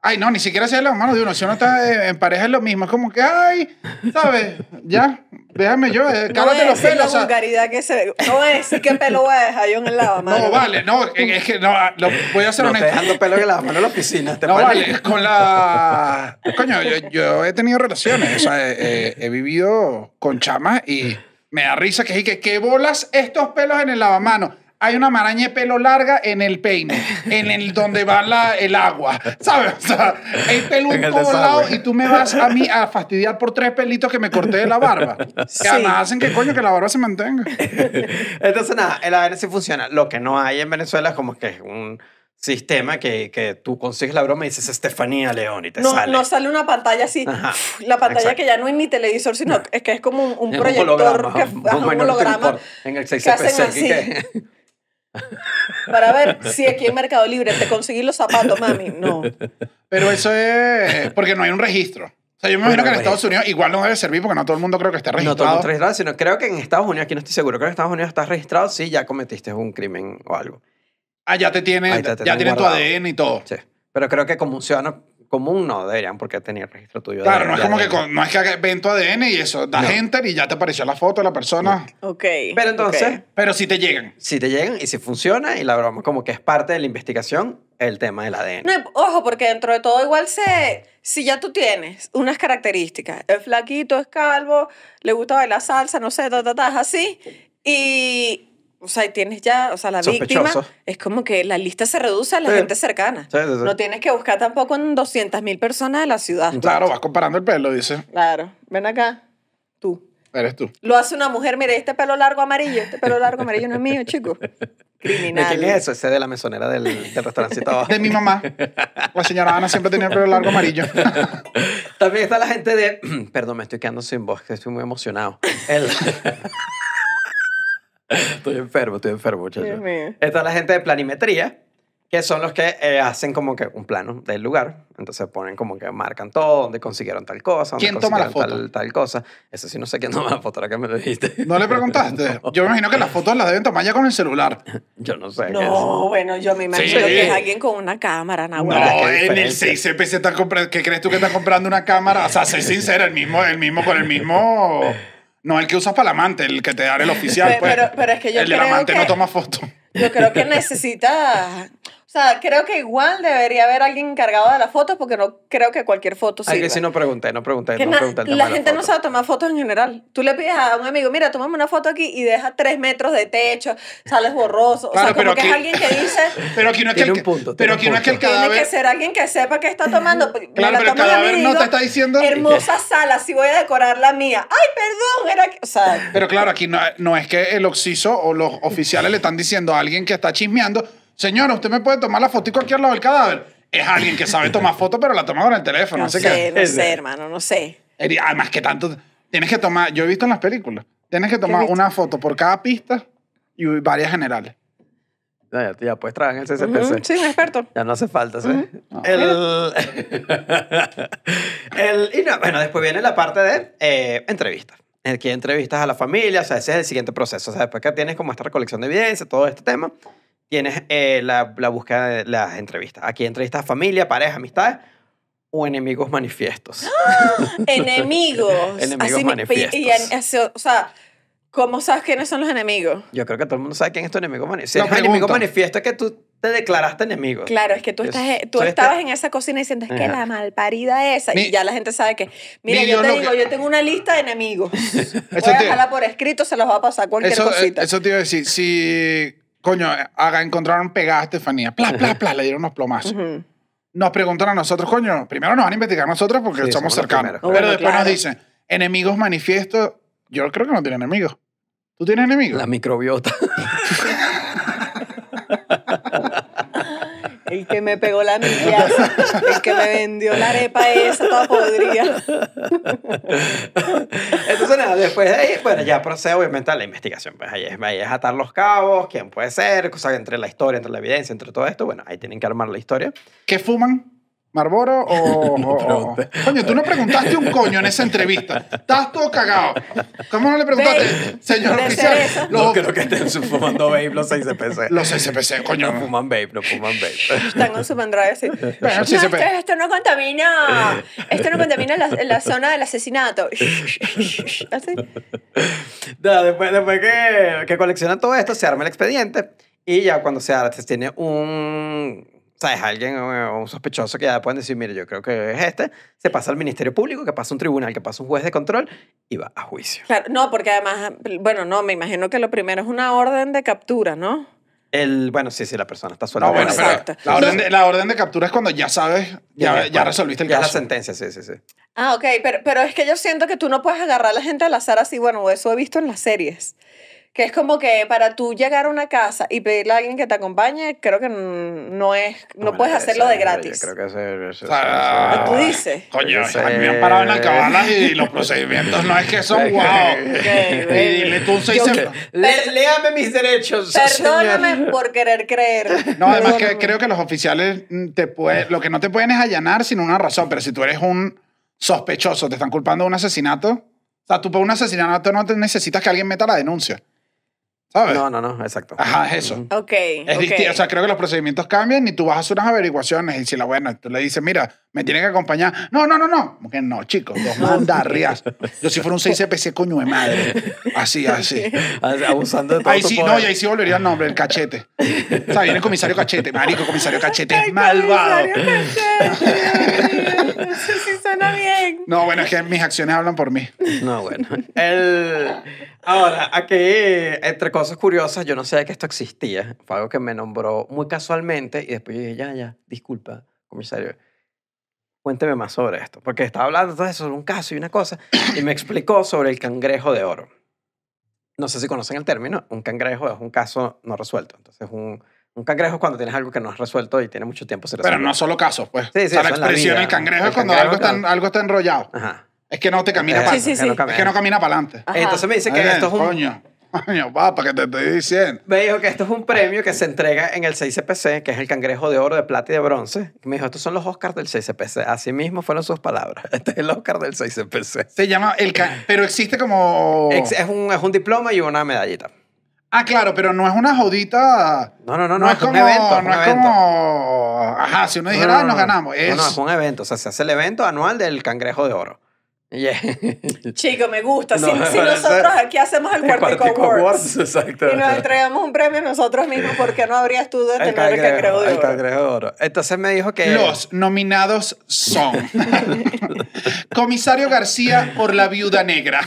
B: Ay, no, ni siquiera sea las manos de uno. Si uno está eh, en pareja es lo mismo. Es como que, ay, ¿sabes? Ya, déjame yo, eh,
E: no
B: cálate
E: es
B: los pelos. o
E: la
B: sea,
E: vulgaridad que se... No es ¿y qué pelo voy a dejar yo en el lavamanos.
B: no, vale, no, eh, es que no, ah, lo- voy a ser
D: no te
B: honesto.
D: dejando pelo que la mano en la oficina. Te
B: No
D: parece.
B: vale, con la. Coño, yo, yo he tenido relaciones. O sea, eh, eh, he vivido con chamas y me da risa que dije, ¿qué bolas estos pelos en el lavamanos? Hay una maraña de pelo larga en el peine, en el donde va la- el agua, ¿sabes? O sea, hay pelo en,
D: En el
B: todos
D: desagüe.
B: lados y tú me vas a mí a fastidiar por tres pelitos que me corté de la barba. Que
E: Sí.
B: además hacen que coño que la barba se mantenga.
D: Entonces, nada, el ADN sí funciona. Lo que no hay en Venezuela es como que es un sistema que, que tú consigues la broma y dices Estefanía León y te
E: No,
D: sale.
E: no sale una pantalla así,
D: Ajá,
E: la pantalla
D: exacto.
E: que ya no es ni televisor, sino es que es como un, un
D: Es
E: proyector, que,
D: un
E: ajá, un
D: minority
E: holograma
D: report en el
E: que hacen
D: 6CPC.
E: así.
D: que-
E: Para ver si aquí en Mercado Libre te conseguí los zapatos, mami. No.
B: Pero eso es porque no hay un registro. O sea, yo me
D: No,
B: imagino
D: no
B: que en
D: hay
B: Estados Unidos igual no debe servir porque no todo el mundo creo que está
D: No todo
B: registrado.
D: el registrado, sino creo que en Estados Unidos, aquí no estoy seguro, creo que en Estados Unidos estás registrado si ya cometiste un crimen o algo.
B: ah, ya te tienen,
D: Ahí te
B: ya
D: tienen
B: tienen tu
D: guardado.
B: ADN y todo.
D: Sí. Pero creo que como un ciudadano común no deberían porque tener registro tuyo. de-
B: Claro, no es
D: de
B: como que
D: ADN.
B: con- no es que haga- ven tu ADN y eso, das
D: No.
B: enter y ya te apareció la foto de la persona.
E: Ok.
D: Pero entonces,
E: ok.
B: Pero si te llegan.
D: si te llegan y si funciona, y la broma como que es parte de la investigación, el tema del ADN.
E: No, ojo, porque dentro de todo igual se... Si ya tú tienes unas características, es flaquito, es calvo, le gusta bailar salsa, no sé, ta, ta, ta, es así, y... O sea, y tienes ya, o sea, la víctima
D: Sospechoso.
E: es como que la lista se reduce a la
D: Sí.
E: gente cercana.
D: Sí, sí, Mm. sí.
E: No tienes que buscar tampoco en 200 mil personas de la ciudad.
B: Claro, vas comparando el pelo, dices,
E: Claro, ven acá, tú.
B: eres tú.
E: Lo hace una mujer, mire, este pelo largo amarillo, este pelo largo amarillo no es mío, chico.
D: ¿De
E: Criminal.
D: quién es eso? Ese de la mesonera del, del restaurancito abajo.
B: De mi mamá. La señora Ana siempre tenía el pelo largo amarillo.
D: También está la gente de. Perdón, me estoy quedando sin voz, que estoy muy emocionado. El- estoy enfermo, estoy enfermo, muchachos.
E: Dios mío.
D: Está la gente de planimetría, que son los que eh, hacen como que un plano del lugar. Entonces ponen como que marcan todo, donde consiguieron tal cosa, donde
B: ¿Quién toma la
D: consiguieron
B: foto?
D: Tal, tal cosa. Eso sí, no sé quién toma la foto, ahora que me lo dijiste.
B: ¿No le preguntaste? Yo me imagino que las fotos las deben tomar ya con el celular.
D: Yo no sé. qué es.
E: No, bueno, yo me imagino
B: Sí.
E: que es alguien con una cámara,
D: Ah,
B: No,
E: Nahuel.
D: qué
B: en el
D: diferencia.
B: 6CP se están comprando. ¿Qué crees tú que están comprando una cámara? O sea, sé sincera, el mismo, el mismo con el mismo. No, el que usas para el amante, el que te da el oficial.
E: Pero-
B: pues.
E: pero- pero es que yo
B: El del
E: creo
B: amante
E: que-
B: no toma fotos.
E: Yo creo que necesita. O sea, creo que igual debería haber alguien encargado de las fotos porque no creo que cualquier foto
D: Ay, que
E: sirva.
D: si no pregunté, no pregunté,
E: Que
D: no
E: na-
D: pregunté el tema
E: la
D: de
E: gente no
D: foto.
E: sabe tomar fotos en general. Tú le pides a un amigo, mira, tomame una foto aquí y deja tres metros de techo, sales borroso. O
B: Claro,
E: sea,
B: pero
E: como que
B: aquí-
E: es alguien que dice,
B: Pero aquí no es que
D: Tiene
B: el,
D: un punto,
B: pero
D: tiene
B: aquí
D: un
B: no es que el
D: punto.
E: Tiene que
B: cadáver.
E: ser alguien que sepa qué está tomando. Pues, Claro,
B: pero el cadáver no te está diciendo-
E: Hermosa sala, si voy a decorar la mía. Ay, perdón, era. que-". O sea,
B: Pero claro, aquí no, no es que el oxiso o los oficiales le están diciendo a alguien que está chismeando, señora, usted me puede tomar la fotico aquí al lado del cadáver. Es alguien que sabe tomar fotos, pero la toma con el teléfono.
E: no
B: así
E: sé,
B: que,
E: no sé, hermano, no sé.
B: Eri- además que tanto, tienes que tomar, yo he visto en las películas, tienes que tomar
E: viste?
B: una foto por cada pista y varias generales.
D: No, ya, ya puedes trabajar en el CCPC.
E: Ujú, Sí, un experto.
D: Ya no hace falta, ¿sí? El... el- Y no, bueno, después viene la parte de eh, entrevistas. El que entrevistas a la familia, o sea, ese es el siguiente proceso. O sea, después que tienes como esta recolección de evidencia, todo este tema, tienes eh, la, la búsqueda de las entrevistas. Aquí entrevistas a familia, pareja, amistades o enemigos manifiestos.
E: ¡Ah! Enemigos.
D: Enemigos
E: Así mi-
D: manifiestos.
E: Y, y en- así, o sea, ¿cómo sabes quiénes son los enemigos?
D: Yo creo que todo el mundo sabe quién es tu enemigo manifiesto. Si
B: Lo
D: eres enemigo
B: pregunto.
D: manifiesto es que tú te declaraste enemigo.
E: Claro, es que tú,
D: Yo
E: estás,
D: soy
E: tú
D: este-
E: estabas en esa cocina diciendo, es que
D: Ajá.
E: la malparida esa.
B: Ni-
E: y ya la gente sabe que, mira,
B: ni
E: yo,
B: yo
E: te
B: lo
E: digo,
B: que-
E: yo tengo una lista de enemigos. Voy
B: Eso
E: a
B: te-
E: dejarla por escrito, se los va a pasar cualquier
B: Eso, eh,
E: cosita.
B: eso te iba a decir, si, coño, haga, encontraron pegada a Estefanía, plas, plas, plas, le dieron unos plomazos.
E: Ujú.
B: nos preguntan a nosotros, coño, primero nos van a investigar nosotros porque
D: Sí,
B: somos
D: somos los
B: cercanos.
D: primeros.
B: Pero
E: Oh, bueno,
B: después
E: claro.
B: nos dicen, enemigos manifiestos. Yo creo que no tiene enemigos. ¿Tú tienes enemigos?
D: La microbiota.
E: El que me pegó la millaza, el que me vendió la arepa esa, toda podrida.
D: Entonces, nada, después de ahí, bueno, ya procede obviamente a la investigación. Pues ahí es, ahí es atar los cabos, quién puede ser, cosa entre la historia, entre la evidencia, entre todo esto. Bueno, ahí tienen que armar la historia.
B: ¿Qué fuman? ¿Marboro o, o- o- Coño, tú no preguntaste un coño en esa entrevista. Estás todo cagado. ¿Cómo no le preguntaste,
E: Ve,
B: señor
E: de cereza.
B: oficial? Los,
D: que estén fumando vape los 6CPC.
B: los SPC, coño.
D: No fuman vape, no fuman vape.
E: Están con su pendrive así.
B: Pero sí
E: "No,
B: se
E: esto,
B: pe-
E: esto no contamina. Esto no contamina la, la zona del asesinato. Así.
D: Nada, después después que, que coleccionan todo esto, se arma el expediente y ya cuando se, ar- se tiene un... ¿Sabes? Alguien, eh, un sospechoso que ya pueden decir, mire, yo creo que es este, se pasa al Ministerio Público, que pasa a un tribunal, que pasa a un juez de control y va a juicio.
E: Claro, no, porque además, bueno, no, me imagino que lo primero es una orden de captura, ¿no?
D: El, bueno, sí, sí, la persona está suelta.
B: No, Ah, bueno, pero
E: Exacto.
B: la orden, de, la orden de captura es cuando ya sabes, ya, ya
D: bueno,
B: resolviste el
D: ya la
B: caso.
D: sentencia, sí, sí, sí.
E: Ah, ok, pero, pero es que yo siento que tú no puedes agarrar a la gente al azar así, bueno, eso he visto en las series. Que es como que para tú llegar a una casa y pedirle a alguien que te acompañe, creo que mm, no es, no puedes hacerlo de gratis.
D: Creo que eso- eso-
B: Ah,
D: eso-
E: ¿Tú dices?
B: Coño,
D: Yo sé.
B: a mí me han parado en la cabana y los procedimientos no es que son wow. Y dile tú un seis
E: Yo-
B: semanas.
D: Le- léame mis derechos.
E: Perdóname
D: señor.
E: por querer creer.
B: No, además que
E: Perdóname.
B: creo que los oficiales mm, te pueden, lo que no te pueden es allanar sin una razón, pero si tú eres un sospechoso, te están culpando de un asesinato, o sea, tú por un asesinato no te necesitas que alguien meta la denuncia. ¿Sabes?
D: No, no, no, exacto.
B: Ajá, es eso.
E: Ok.
B: Es
E: ok.
B: distinto, o sea, creo que los procedimientos cambian y tú vas a hacer unas averiguaciones y si la buena, tú le dices, mira, me tiene que acompañar. No, no, no, no. Como que no, chicos, dos mandarrias. Yo si fuera un 6CPC, coño de madre. Así, así.
D: Abusando de todo
B: Ahí
D: tu
B: sí,
D: poder.
B: no, y ahí sí volvería el nombre, el cachete. O sea, viene el comisario cachete, marico, comisario cachete, es
E: Ay,
B: malvado.
E: comisario Cachete. Eso sí suena bien.
B: No, bueno, es que mis acciones hablan por mí.
D: No, bueno. El... Ahora, aquí, entre cosas curiosas, yo no sabía que esto existía. Fue algo que me nombró muy casualmente y después yo dije, ya, ya, disculpa, comisario. Cuénteme más sobre esto. Porque estaba hablando entonces sobre un caso y una cosa y me explicó sobre el cangrejo de oro. No sé si conocen el término. Un cangrejo es un caso no resuelto. Entonces, un, un cangrejo es cuando tienes algo que no has resuelto y tiene mucho tiempo sin
B: Pero
D: resolver.
B: no solo casos, pues.
D: Sí, sí,
B: o sea, la
D: eso en la
B: expresión
D: vida.
B: el cangrejo
D: El
B: es cuando
D: cangrejo,
B: algo, está,
D: claro.
B: algo está enrollado.
D: Ajá.
B: Es que no te camina
D: Eso,
B: para
E: Sí, sí,
D: que no
E: sí.
D: camina.
B: Es que no camina para adelante.
E: Ajá.
D: Entonces me dice que esto es un,
B: Coño, coño, papá, que te estoy diciendo.
D: Me dijo que esto es un premio que se entrega en el 6CPC, que es el cangrejo de oro, de plata y de bronce. Me dijo, estos son los Oscars del 6CPC. Así mismo fueron sus palabras. Este es el Oscar del 6CPC.
B: Se llama el ca- pero existe como
D: Ex- Es, un, es un diploma y una medallita.
B: Ah, claro, pero no es una jodita.
D: No, no, no, no,
B: es
D: es un
B: como
D: evento, es un
B: no es
D: evento.
B: como ajá, si uno dijera,
D: No,
B: "Ah,
D: no,
B: nos
D: no.
B: ganamos." Es,
D: No, no, es un evento. O sea, se hace el evento anual del cangrejo de oro. Yeah.
E: Chico, me gusta. si,
D: No,
E: si
D: no,
E: nosotros
D: eso-
E: aquí hacemos el Cuartico
D: Cuartico
E: Awards
D: exacto.
E: y nos entregamos un premio nosotros mismos, ¿por qué no habrías tú de
D: El
E: tener el cangrejo de
D: el
E: oro?
D: cangrejo de oro. Entonces me dijo que...
B: Los nominados son Comisario García por la Viuda Negra,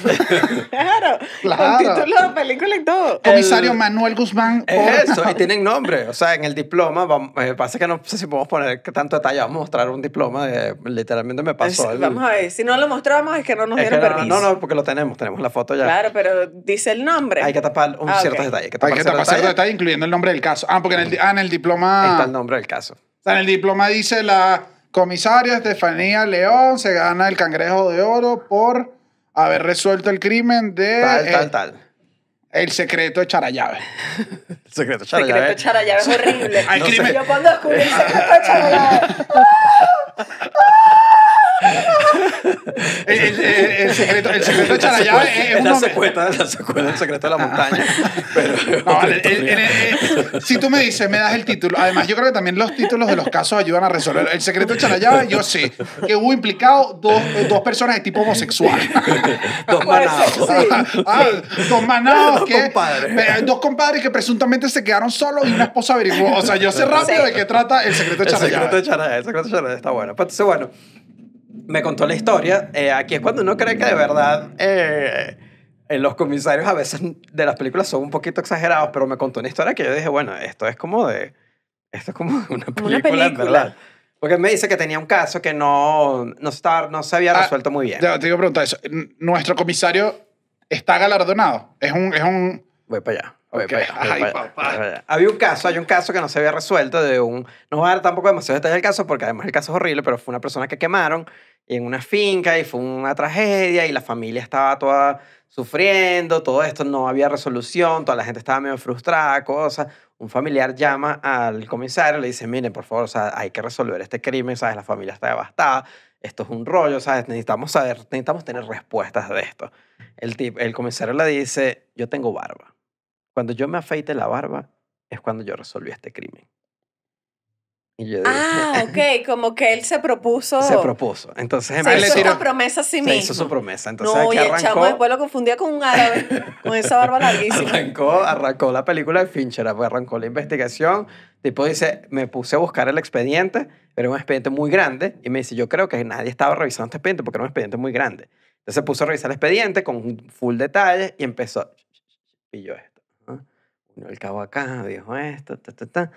E: Claro,
B: Claro.
E: con título de película y todo.
B: Comisario Manuel Guzmán por
D: Es eso, eh, y tienen nombre. O sea, en el diploma, vam- eh, pasa que no sé si podemos poner qué tanto detalle. Vamos a mostrar un diploma, de, literalmente me pasó.
E: Es-
D: el-
E: Vamos a ver, si no lo mostramos es que no nos
D: es que
E: dieron
D: no,
E: permiso.
D: no, no, porque lo tenemos, tenemos la foto ya.
E: Claro, pero dice el nombre.
D: Hay que tapar un
E: Ah, ok.
D: cierto detalle. Hay que tapar,
B: Hay que
D: cierto
B: tapar cierto
D: detalle.
B: detalle, incluyendo el nombre del caso. Ah, porque en el, di- ah, en el
D: Ahí está
B: diploma.
D: el nombre del caso.
B: O sea, en el diploma dice la comisaria Estefanía León se gana el cangrejo de oro por haber resuelto el crimen de
D: Tal,
B: eh,
D: tal, tal.
B: el secreto de Charayave.
D: El secreto,
E: El secreto de Charallave es horrible.
B: Hay crimen.
E: Yo cuando descubrí el secreto de Charallave,
B: El, el- el- eh, el secreto, el secreto de Charallave es- es,
D: Es
B: un
D: la
B: nombre. Ah.
D: secuela, es la secuela del secreto de la montaña. Pero,
B: No, vale, el- el- el- el- si tú me dices, me das el título. Además, yo creo que también los títulos de los casos ayudan a resolver. El secreto de Charallave, yo sé que hubo implicado dos, eh, dos personas de tipo homosexual.
D: dos
E: Puede
D: manados.
E: ser, sí.
B: Ah, ah, dos manados
D: Dos
B: que,
D: compadres.
B: eh, dos compadres que presuntamente se quedaron solos y una esposa averiguó. O sea, yo sé rápido
E: Sí.
B: de qué trata el secreto
D: El
B: de
D: secreto de
B: Charallave.
D: Charallave, el secreto de Charallave está bueno. Pues, Entonces, bueno, me contó la historia. Eh, aquí es cuando uno cree que de verdad eh, eh, los comisarios a veces de las películas son un poquito exagerados, pero me contó una historia que yo dije, bueno, esto es como de... Esto es como de una película, en
E: película.
D: ¿verdad? Porque me dice que tenía un caso que no, no, estaba, no se había
B: Ah,
D: resuelto muy bien.
B: Ya, te iba a preguntar eso. N- Nuestro comisario está galardonado. Es un, es un
D: Voy para allá. Voy
B: Ok.
D: para allá, voy
B: Ay,
D: para allá,
B: papá.
D: voy para allá. Había un caso, hay un caso que no se había resuelto de un... No voy a dar tampoco demasiado detalle del caso porque además el caso es horrible, pero fue una persona que quemaron en una finca y fue una tragedia y la familia estaba toda sufriendo, todo esto no había resolución, toda la gente estaba medio frustrada, cosas. Un familiar llama al comisario y le dice, miren, por favor, o sea, hay que resolver este crimen, ¿sabes? La familia está devastada, esto es un rollo, ¿sabes? Necesitamos saber, necesitamos tener respuestas de esto. El, tip, el comisario le dice, yo tengo barba. Cuando yo me afeite la barba es cuando yo resolví este crimen. Y yo dije,
E: ah, ok, como que él se propuso.
D: se propuso. Entonces
E: Ah, oh. Se
D: empezó-
E: hizo
B: tiró-
E: una promesa a sí
D: se
E: mismo.
D: hizo su promesa. Entonces
E: No,
D: aquí
E: y el chamo
D: arrancó,
E: después lo confundía con un árabe, con esa barba larguísima.
D: arrancó, arrancó la película de Fincher, pues, arrancó la investigación. Tipo dice, me puse a buscar el expediente, era un expediente muy grande, y me dice, yo creo que nadie estaba revisando este expediente porque era un expediente muy grande. Entonces se puso a revisar el expediente con full detalle y empezó, pilló esto. ¿no? Unió el cabo acá, dijo esto, ta, ta, ta.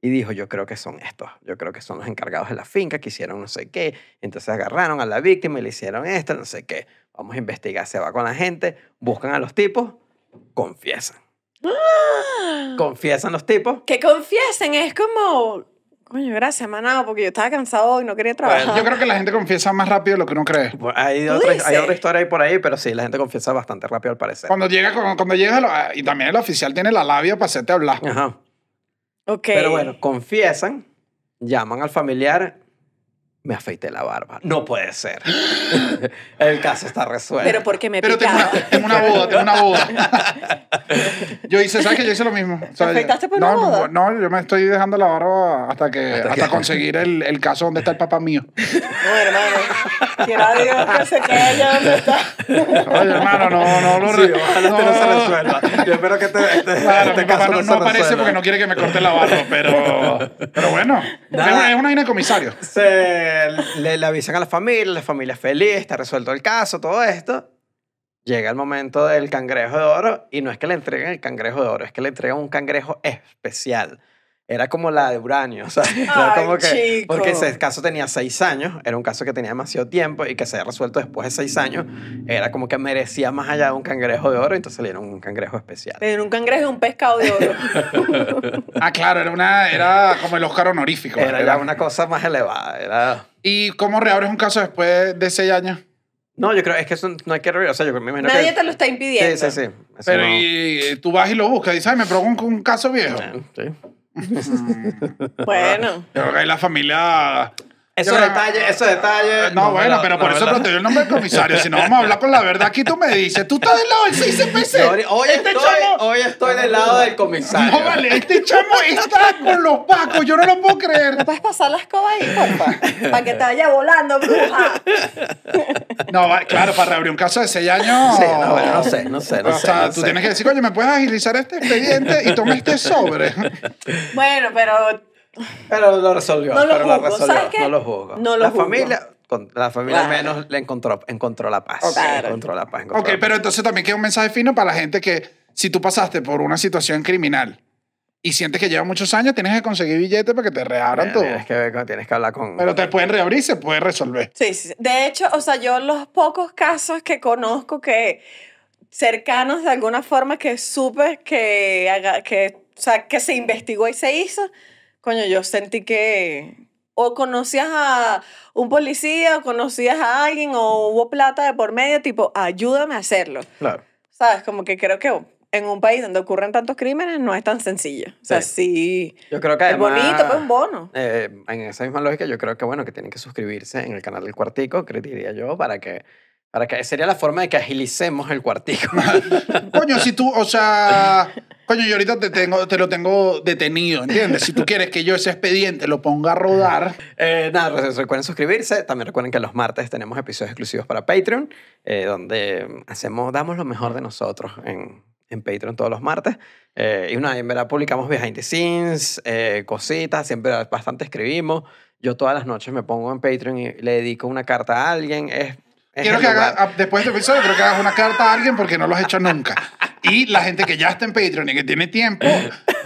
D: Y dijo, yo creo que son estos, yo creo que son los encargados de la finca que hicieron no sé qué. Entonces agarraron a la víctima y le hicieron esto, no sé qué. Vamos a investigar, se va con la gente, buscan a los tipos, confiesan.
E: Ah.
D: Confiesan los tipos.
E: Que confiesen, es como. Coño, gracias, manado, porque yo estaba cansado hoy, no quería trabajar.
B: Yo creo que la gente confiesa más rápido de lo que uno cree.
D: Hay
E: ¿Tú
D: otra, hay
E: dices?
D: otra historia ahí por ahí, pero sí, la gente confiesa bastante rápido al parecer.
B: Cuando llega, cuando, cuando llega el- y también el oficial tiene la labia para hacerte hablar.
D: Ajá.
E: Ok.
D: Pero bueno, confiesan, llaman al familiar, me afeité la barba. No puede ser. el caso está resuelto.
E: Pero porque me
B: Pero tengo
E: picaba.
B: una, tengo una boda, tengo una boda. Yo hice, ¿sabes que Yo hice lo mismo. O sea,
E: ¿Te afeitaste por
B: no,
E: una boda?
B: No, yo me estoy dejando la barba hasta que hasta,
D: que-
B: conseguir el, el caso donde está el papá mío.
E: No, hermano. Eh, Quiera Dios que se quede allá donde está.
B: Oye, hermano, no, no lo
D: Sí,
B: re-
D: ojalá este no se resuelva. Yo espero que este, este-
B: Claro,
D: este
B: mi
D: caso
B: papá
D: no,
B: no,
D: se
B: no aparece
D: resuelva.
B: porque no quiere que me corte la barba, pero, pero bueno.
D: Nada.
B: Es una, es una vaina de comisario.
D: Se le, le avisan a la familia, la familia es feliz, está resuelto el caso, todo esto. Llega el momento del cangrejo de oro y no es que le entreguen el cangrejo de oro, es que le entregan un cangrejo especial. Era como la de Uranio, ¿sabes? Era
E: Ay,
D: como que,
E: chico.
D: Porque ese caso tenía seis años, era un caso que tenía demasiado tiempo y que se había resuelto después de seis años, era como que merecía más allá de un cangrejo de oro, entonces le dieron un cangrejo especial.
E: Pero un cangrejo es un pescado de oro.
B: Ah, claro, era, una, era como el Oscar honorífico.
D: Era
B: Era-
D: ya una cosa más elevada, era...
B: ¿Y cómo reabres un caso después de seis años?
D: No, yo creo, es que eso no hay que reír, o sea, yo me imagino
E: Nadie
D: que...
E: te lo está impidiendo.
D: Sí, sí, sí. Eso
B: Pero
D: no-
B: y tú vas y lo buscas y sabes, me propongo un, un caso viejo.
D: Eh, sí.
E: Bueno.
B: Yo creo que ahí la familia.
D: Esos
B: Yo creo-
D: detalles, esos detalles.
B: No, bueno, pero por eso
D: no
B: no te dio el nombre del comisario. Si no vamos a hablar con la verdad, aquí tú me dices, tú estás del lado del CICPC.
D: Hoy, hoy
B: Este
D: estoy,
B: chamo-
D: hoy estoy del lado del comisario.
B: No vale, este chamo está con los pacos, yo no lo puedo creer.
E: ¿Puedes pasar la escoba ahí, porfa? Para que te vaya volando, bruja.
B: No, va- claro, para reabrir un caso de seis años.
D: Sí, no, bueno, no sé, no sé, no
B: o
D: sé,
B: sea,
D: no
B: tú
D: sé.
B: tienes que decir, oye, ¿me puedes agilizar este expediente y toma este sobre?
E: Bueno, pero
D: Pero lo resolvió.
E: No lo
D: pero lo
E: juzgo,
D: resolvió.
E: ¿sabes qué?
D: No lo juzgo.
E: No lo
D: la
E: juzgo.
D: familia, con- la familia al
E: Claro.
D: menos le encontró, encontró la paz.
E: Ok. Claro.
D: Encontró la paz. encontró
B: Ok,
D: la
B: pero
D: paz.
B: entonces también queda un mensaje fino para la gente que si tú pasaste por una situación criminal y sientes que lleva muchos años, tienes que conseguir billetes para que te reabran todo.
D: Tienes que, ver con- tienes que hablar con.
B: Pero te pueden reabrir, se puede resolver.
E: Sí, sí. sí. De hecho, o sea, yo los pocos casos que conozco que cercanos de alguna forma que supe que, haga- que, o sea, que se investigó y se hizo, coño, yo sentí que o conocías a un policía o conocías a alguien o hubo plata de por medio, tipo, ayúdame a hacerlo.
D: claro.
E: ¿Sabes? Como que creo que en un país donde ocurren tantos crímenes no es tan sencillo. O sea, sí.
D: Yo creo que
E: Es
D: además,
E: bonito, pues, un bono.
D: eh, en esa misma lógica, yo creo que bueno, que tienen que suscribirse en el canal del Cuartico, que diría yo, para que, para que sería la forma de que agilicemos el Cuartico.
B: Coño, si tú, o sea, coño, yo ahorita te, tengo, te lo tengo detenido, ¿entiendes? Si tú quieres que yo ese expediente lo ponga a rodar,
D: Eh, nada, re- recuerden suscribirse. También recuerden que los martes tenemos episodios exclusivos para Patreon, eh, donde hacemos, damos lo mejor de nosotros en, en Patreon todos los martes. Eh, y una, en verdad, publicamos behind the scenes, eh, cositas, siempre bastante escribimos. Yo todas las noches me pongo en Patreon y le dedico una carta a alguien. Es, es
B: quiero
D: el
B: que
D: lugar.
B: hagas, a- después de este episodio, creo que hagas una carta a alguien porque no lo has hecho nunca. Y la gente que ya está en Patreon y que tiene tiempo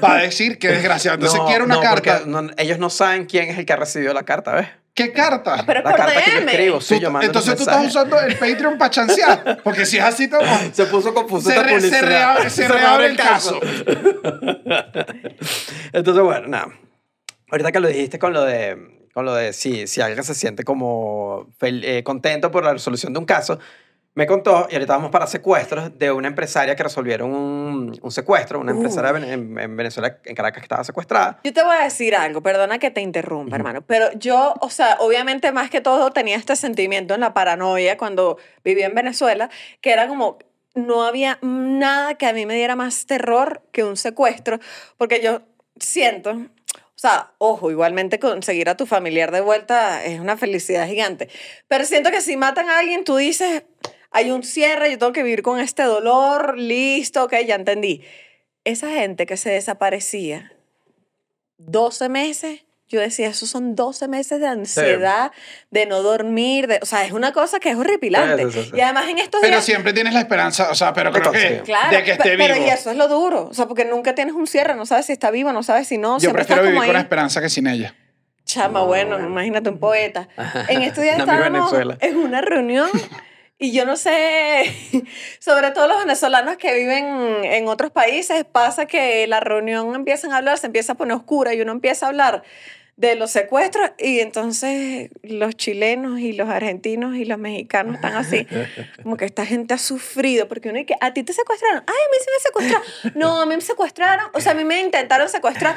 B: va a decir que desgraciado. Entonces
D: No,
B: quiero una
D: no,
B: carta.
D: porque no- ellos no saben quién es el que ha recibido la carta, ¿ves?
B: ¿Qué carta?
E: Pero es
D: La
E: por
D: carta que yo
E: DM.
D: escribo, sí,
B: Tú-
D: yo mando unos
B: entonces tú estás
D: mensajes.
B: usando el Patreon para chancear. Porque si es así, todo.
D: Se puso confuso
B: Se
D: esta
B: re- se
D: publicidad.
B: reabre- se reabre el caso.
D: Entonces, bueno, nada. Ahorita que lo dijiste con lo de, con lo de si, si alguien se siente como fel- eh, contento por la resolución de un caso, me contó, y ahorita vamos para secuestros, de una empresaria que resolvieron un, un secuestro,
E: Uh.
D: una empresaria ven- en, en Venezuela, en Caracas, que estaba secuestrada.
E: Yo te voy a decir algo, perdona que te interrumpa, hermano, pero yo, o sea, obviamente más que todo tenía este sentimiento en la paranoia cuando vivía en Venezuela, que era como, no había nada que a mí me diera más terror que un secuestro, porque yo siento, o sea, ojo, igualmente conseguir a tu familiar de vuelta es una felicidad gigante, pero siento que si matan a alguien, tú dices, hay un cierre, yo tengo que vivir con este dolor, listo, ok, ya entendí. Esa gente que se desaparecía 12 meses, yo decía, esos son 12 meses de ansiedad, de no dormir, de, o sea, es una cosa que es horripilante.
D: Sí, sí, sí, sí.
E: Y además en estos
B: Pero
E: días...
B: siempre tienes la esperanza, o sea, pero creo que
D: Entonces,
E: Claro,
B: de que esté
E: pe- pero
B: vivo.
E: y eso es lo duro, o sea, porque nunca tienes un cierre, no sabes si está vivo, no sabes si no,
B: Yo
E: siempre estás
B: prefiero
E: como
B: vivir con
E: ahí.
B: esperanza que sin ella.
E: Chama,
D: No,
E: bueno,
D: bueno.
E: imagínate un poeta. En estos días
D: Dame
E: estábamos
D: Venezuela.
E: en una reunión Y yo no sé, sobre todo los venezolanos que viven en otros países, pasa que la reunión empiezan a hablar, se empieza a poner oscura y uno empieza a hablar de los secuestros y entonces los chilenos y los argentinos y los mexicanos están así, como que esta gente ha sufrido, porque uno dice, a ti te secuestraron, ay, a mí se me secuestraron, no, a mí me secuestraron, o sea, a mí me intentaron secuestrar,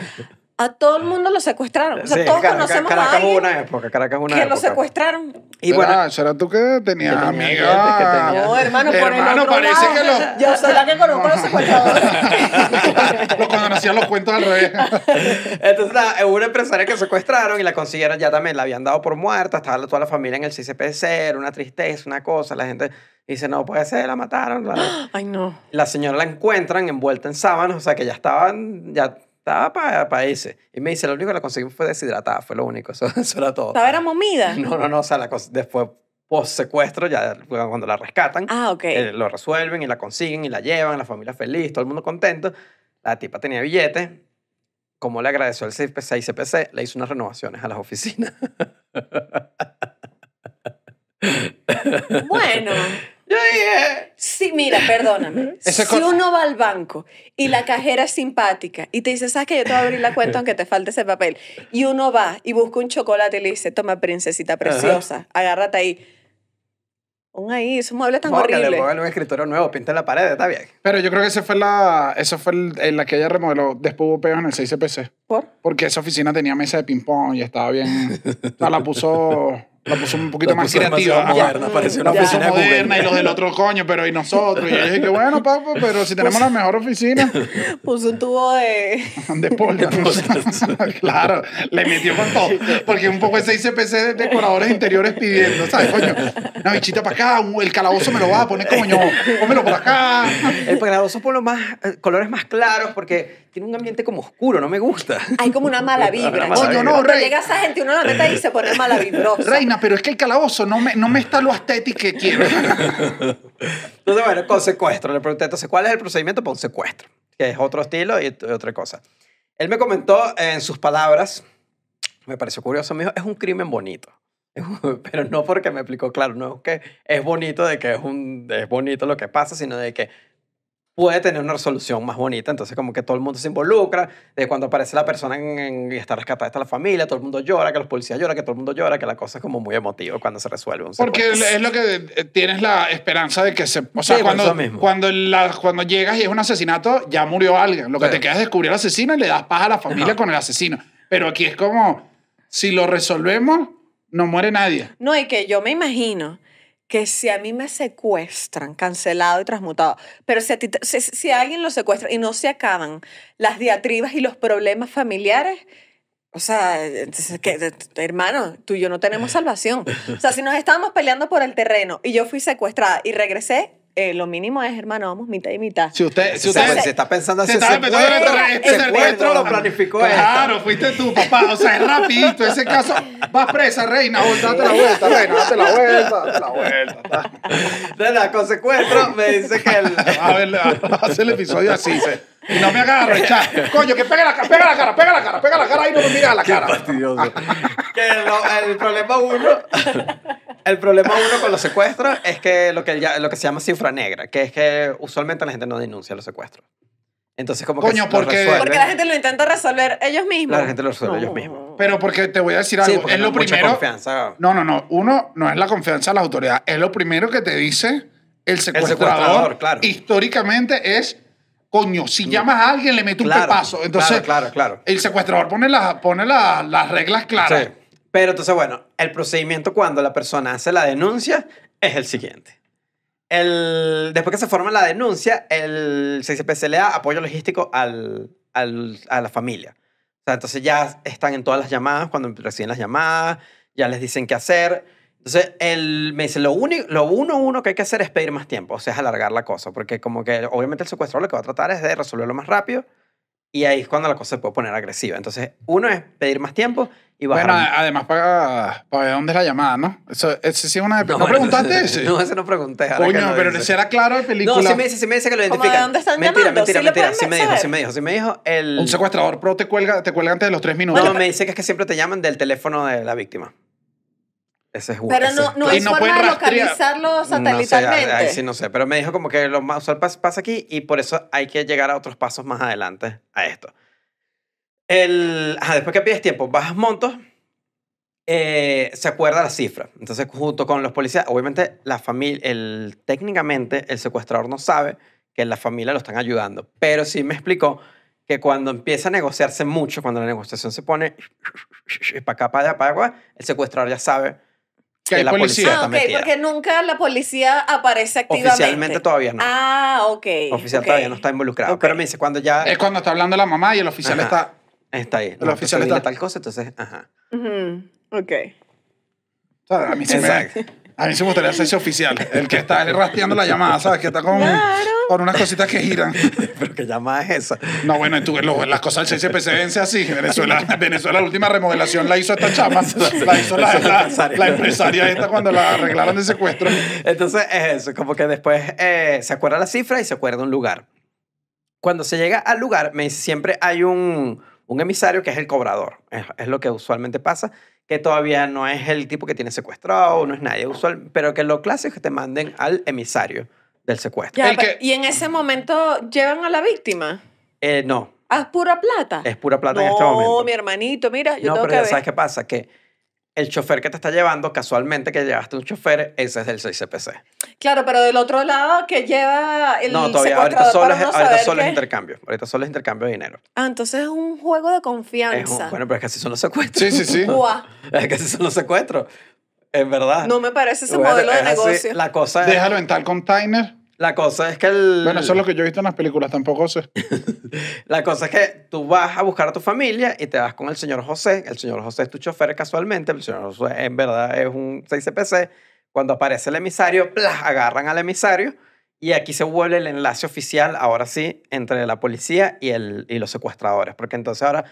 E: a todo el mundo lo secuestraron, o sea,
D: Sí,
E: todos
D: Car-
E: conocemos
D: Caracas
E: a
D: hubo
E: alguien
D: una época, Caracas hubo una
E: que
D: época.
E: lo secuestraron.
D: Y
B: ¿Será-
D: bueno,
B: ¿Será tú que tenías
D: tenía
B: amigas?
D: gente que tenía-
E: No, hermano, por el
B: Hermano,
E: otro
B: Ah, parece
E: lado,
B: que lo-
E: Yo soy la que conozco a los secuestradores.
B: Lo- Cuando nacían los cuentos al revés.
D: Entonces, nada, hubo una empresaria que secuestraron y la consiguieron, ya también la habían dado por muerta, estaba la- toda la familia en el CCPC, era una tristeza, una cosa, la gente dice, no puede ser, la mataron. La,
E: Ay, no.
D: la señora la encuentran envuelta en sábanas, o sea que ya estaban, ya estaba para ese. Y me dice, lo único que la conseguimos fue deshidratada, fue lo único, eso, eso era todo.
E: ¿Estaba era momida?
D: No, no, no, o sea, la cons- después post secuestro, ya cuando la rescatan,
E: Ah, ok.
D: eh, lo resuelven y la consiguen y la llevan, la familia feliz, todo el mundo contento. La tipa tenía billetes. Como le agradeció el CPC y CPC, le hizo unas renovaciones a las oficinas.
E: Bueno,
D: Yo dije,
E: sí, mira, perdóname.
B: Ese
E: si
B: con-
E: uno va al banco y la cajera es simpática y te dice, ¿sabes que yo te voy a abrir la cuenta aunque te falte ese papel? Y uno va y busca un chocolate y le dice, toma, princesita preciosa, agárrate ahí. Pon ahí, esos muebles tan
D: "Móngale,
E: horribles.
D: póngale un escritorio nuevo, pinta la pared, está bien.
B: Pero yo creo que esa fue la, esa fue el- eh, la que ella remodeló. Después hubo peos en el 6CPC.
E: ¿Por?
B: Porque esa oficina tenía mesa de ping-pong y estaba bien. No, la puso, la puso un poquito
D: La
B: más
D: puso
B: creativa.
D: demasiado
B: Ajá.
D: moderna, parecía una
B: La puso
D: oficina de Google.
B: moderna y los del otro coño, pero y nosotros. Y yo dije, bueno, papá, pero si tenemos la mejor oficina
E: Puso un tubo de...
B: de polvos. claro, le metió con todo. Porque un poco de 6CPC de decoradores interiores pidiendo, ¿sabes, coño? Una bichita para acá, un- el calabozo me lo va a poner, coño, pónmelo por acá.
D: El grabó por los más, eh, colores más claros porque tiene un ambiente como oscuro, no me gusta.
E: Hay como una mala vibra.
D: Una mala
B: Coño, no,
E: Cuando
B: rey.
E: llega esa gente, uno la meta y se pone mala vibrosa.
B: Reina, pero es que el calabozo no me, no me está lo estético que quiero.
D: Entonces, bueno, con secuestro. Le pregunté, entonces, ¿cuál es el procedimiento para un secuestro? Que es otro estilo y, y otra cosa. Él me comentó eh, en sus palabras, me pareció curioso, me dijo, es un crimen bonito. Pero no porque me explicó, claro, no es que es bonito de que es, un, es bonito lo que pasa, sino de que puede tener una resolución más bonita. Entonces, como que todo el mundo se involucra, de cuando aparece la persona en- en- y está rescatada, está la familia, todo el mundo llora, que los policías lloran, que todo el mundo llora, que la cosa es como muy emotiva cuando se resuelve un
B: Porque
D: secuestro.
B: es lo que eh, tienes la esperanza de que se. O sea,
D: Sí, por eso
B: cuando,
D: mismo.
B: cuando, la- cuando llegas y es un asesinato, ya murió alguien. Lo que
D: Sí.
B: te queda es descubrir al asesino y le das paz a la familia con el asesino. Pero aquí es como: si lo resolvemos, no muere nadie.
E: No, y que yo me imagino que si a mí me secuestran, cancelado y transmutado, pero si a, ti te- si, si a alguien lo secuestra y no se acaban las diatribas y los problemas familiares, o sea, entonces, que- hermano, tú y yo no tenemos salvación. O sea, si nos estábamos peleando por el terreno y yo fui secuestrada y regresé, eh, lo mínimo es, hermano, vamos mitad y mitad.
B: Si usted. Eh, Si
D: Si
B: usted
D: usted se está pensando
B: se
D: así,
B: estaba
D: se
B: pensando en el
D: puede,
B: terreno, este
D: se
B: terreno.
D: puede, lo planificó
B: Claro, fuiste tú, papá. O sea, es rapidito. Ese caso, vas presa, reina. vol- Date la vuelta, reina. Date la vuelta, date la vuelta.
D: esto. De la consecuencia me dice que el...
B: A ver, hace el episodio así. se- Y no me agarre, chá. Coño, que pega la, ca- pega la cara, pega la cara, pega la cara ahí no me mira a la cara.
D: que lo- el problema uno el problema uno con los secuestros es que lo que, ya- lo que se llama cifra negra que es que usualmente la gente no denuncia los secuestros entonces como
B: Coño,
D: que
B: porque-
D: lo
E: Porque la gente lo intenta resolver ellos mismos.
D: La gente lo resuelve
E: No.
D: ellos mismos.
B: Pero porque te voy a decir algo. es lo primero.
D: confianza.
B: No, no, no. Uno no es la confianza en las autoridades. Es lo primero que te dice el secuestrador.
D: secuestrador, claro. Mm.
B: Históricamente es. Coño, si llamas a alguien, le mete un
D: Claro,
B: pepazo. Entonces,
D: claro, claro, claro.
B: el secuestrador pone, las- pone la- las reglas claras.
D: Sí. Pero entonces, bueno, el procedimiento cuando la persona hace la denuncia es el siguiente. El, después que se forma la denuncia, el CCPC le da apoyo logístico al, al- a la familia. O sea, entonces ya están en todas las llamadas, cuando reciben las llamadas, ya les dicen qué hacer. Entonces, él me dice, lo, único, lo uno, uno que hay que hacer es pedir más tiempo, o sea, es alargar la cosa, porque como que obviamente el secuestrador lo que va a tratar es de resolverlo más rápido y ahí es cuando la cosa se puede poner agresiva. Entonces, uno es pedir más tiempo y bajar
B: Bueno, ah, además para, para ver dónde es la llamada, ¿no? Eso, ese sí es una de... ¿No,
D: bueno,
B: preguntaste
D: ese-
B: ese?
D: No, ese no pregunté. ahora que
B: Coño,
D: lo
B: pero
D: dice.
B: será claro de película.
D: No, sí me dice, sí me dice que lo
E: Como, ¿de
D: identifican.
E: dónde están
D: mentira,
E: llamando?
D: mentira,
E: Sí le
D: mentira.
E: pueden
D: Sí me dijo,
E: saber.
D: sí me dijo, sí me dijo el...
B: Un secuestrador pro te cuelga, te cuelga antes de los tres
D: No,
B: minutos.
D: me dice que es que siempre te llaman del teléfono de la víctima. Ese es
E: Pero no, no
B: Y
E: hay
B: no
E: forma
B: pueden
E: de
B: rastrear.
E: localizarlo
D: No sé, ahí- ahí sí
E: satelitalmente.
D: no sé, pero me dijo como que lo más usual pas- pasa aquí y por eso hay que llegar a otros pasos más adelante a esto. El, ajá, después que pides tiempo, bajas montos, eh, se acuerda la cifra. Entonces, junto con los policías, obviamente la familia, el, técnicamente el secuestrador no sabe que la familia lo están ayudando, pero sí me explicó que cuando empieza a negociarse mucho, cuando la negociación se pone para acá, para allá, para acá, el secuestrador ya sabe
B: Que hay
D: la policía
B: policía.
D: está
E: ah, ok,
D: metida.
E: porque nunca la policía aparece activamente.
D: Oficialmente todavía no.
E: Ah, ok.
D: oficial
E: ok.
D: todavía no está involucrado.
E: Ok.
D: Pero me dice, cuando ya
B: Es cuando está hablando la mamá y el oficial
D: Ajá.
B: está.
D: está ahí.
B: Eh, el oficial
D: entonces dile
B: está-
D: tal cosa, entonces, ajá.
E: Ujú, Ok.
B: o sea, a, mí sí me,
D: Exacto.
B: a mí sí me gustaría ser ese oficial, el que está rastreando la llamada, ¿sabes? Que está con,
E: Claro.
B: con unas cositas que giran.
D: Pero que llamada es esa.
B: No, bueno, y tú, lo- las cosas del CCP se vencen así. Venezuela, Venezuela, la última remodelación la hizo esta chama. La hizo la, la- la empresaria esta cuando la arreglaron de secuestro.
D: Entonces es eso, como que después eh, se acuerda la cifra y se acuerda un lugar. Cuando se llega al lugar, me dice, siempre hay un, un emisario que es el cobrador. Es, es lo que usualmente pasa, que todavía no es el tipo que tiene secuestrado, no es nadie usual, pero que lo clásico es que te manden al emisario del secuestro.
E: Ya,
B: El
E: pero-
B: que-
E: Y en ese momento llevan a la víctima.
D: Eh, no,
E: ¿A pura plata?
D: es pura plata
E: no,
D: en este momento.
E: mi hermanito, mira, yo
D: no, pero
E: tengo que
D: ya
E: ver.
D: ¿sabes qué pasa? Que el chofer que te está llevando, casualmente que llevaste un chofer, ese es del 6CPC.
E: Claro, pero del otro lado que lleva el
D: no, todavía, ahorita
E: secuestrador
D: solo,
E: para
D: es,
E: uno
D: ahorita
E: saber
D: solo es
E: qué-
D: intercambio. Ahorita solo es intercambio de dinero.
E: Ah, entonces es un juego de
D: Es un-
E: confianza.
D: bueno, pero es que así son los secuestros.
B: Sí, sí, sí.
E: Guau,
D: Es que así son los secuestros. En verdad.
E: no me parece ese
D: Bueno,
E: modelo de
D: es así.
E: negocio.
D: La cosa, es,
B: Déjalo en tal container.
D: la cosa es que el...
B: Bueno, eso es lo que yo he visto en las películas, tampoco sé.
D: La cosa es que tú vas a buscar a tu familia y te vas con el señor José. El señor José es tu chofer casualmente. El señor José en verdad es un 6CPC. Cuando aparece el emisario, ¡plas! agarran al emisario y aquí se vuelve el enlace oficial, ahora sí, entre la policía y, el, y los secuestradores. Porque entonces ahora...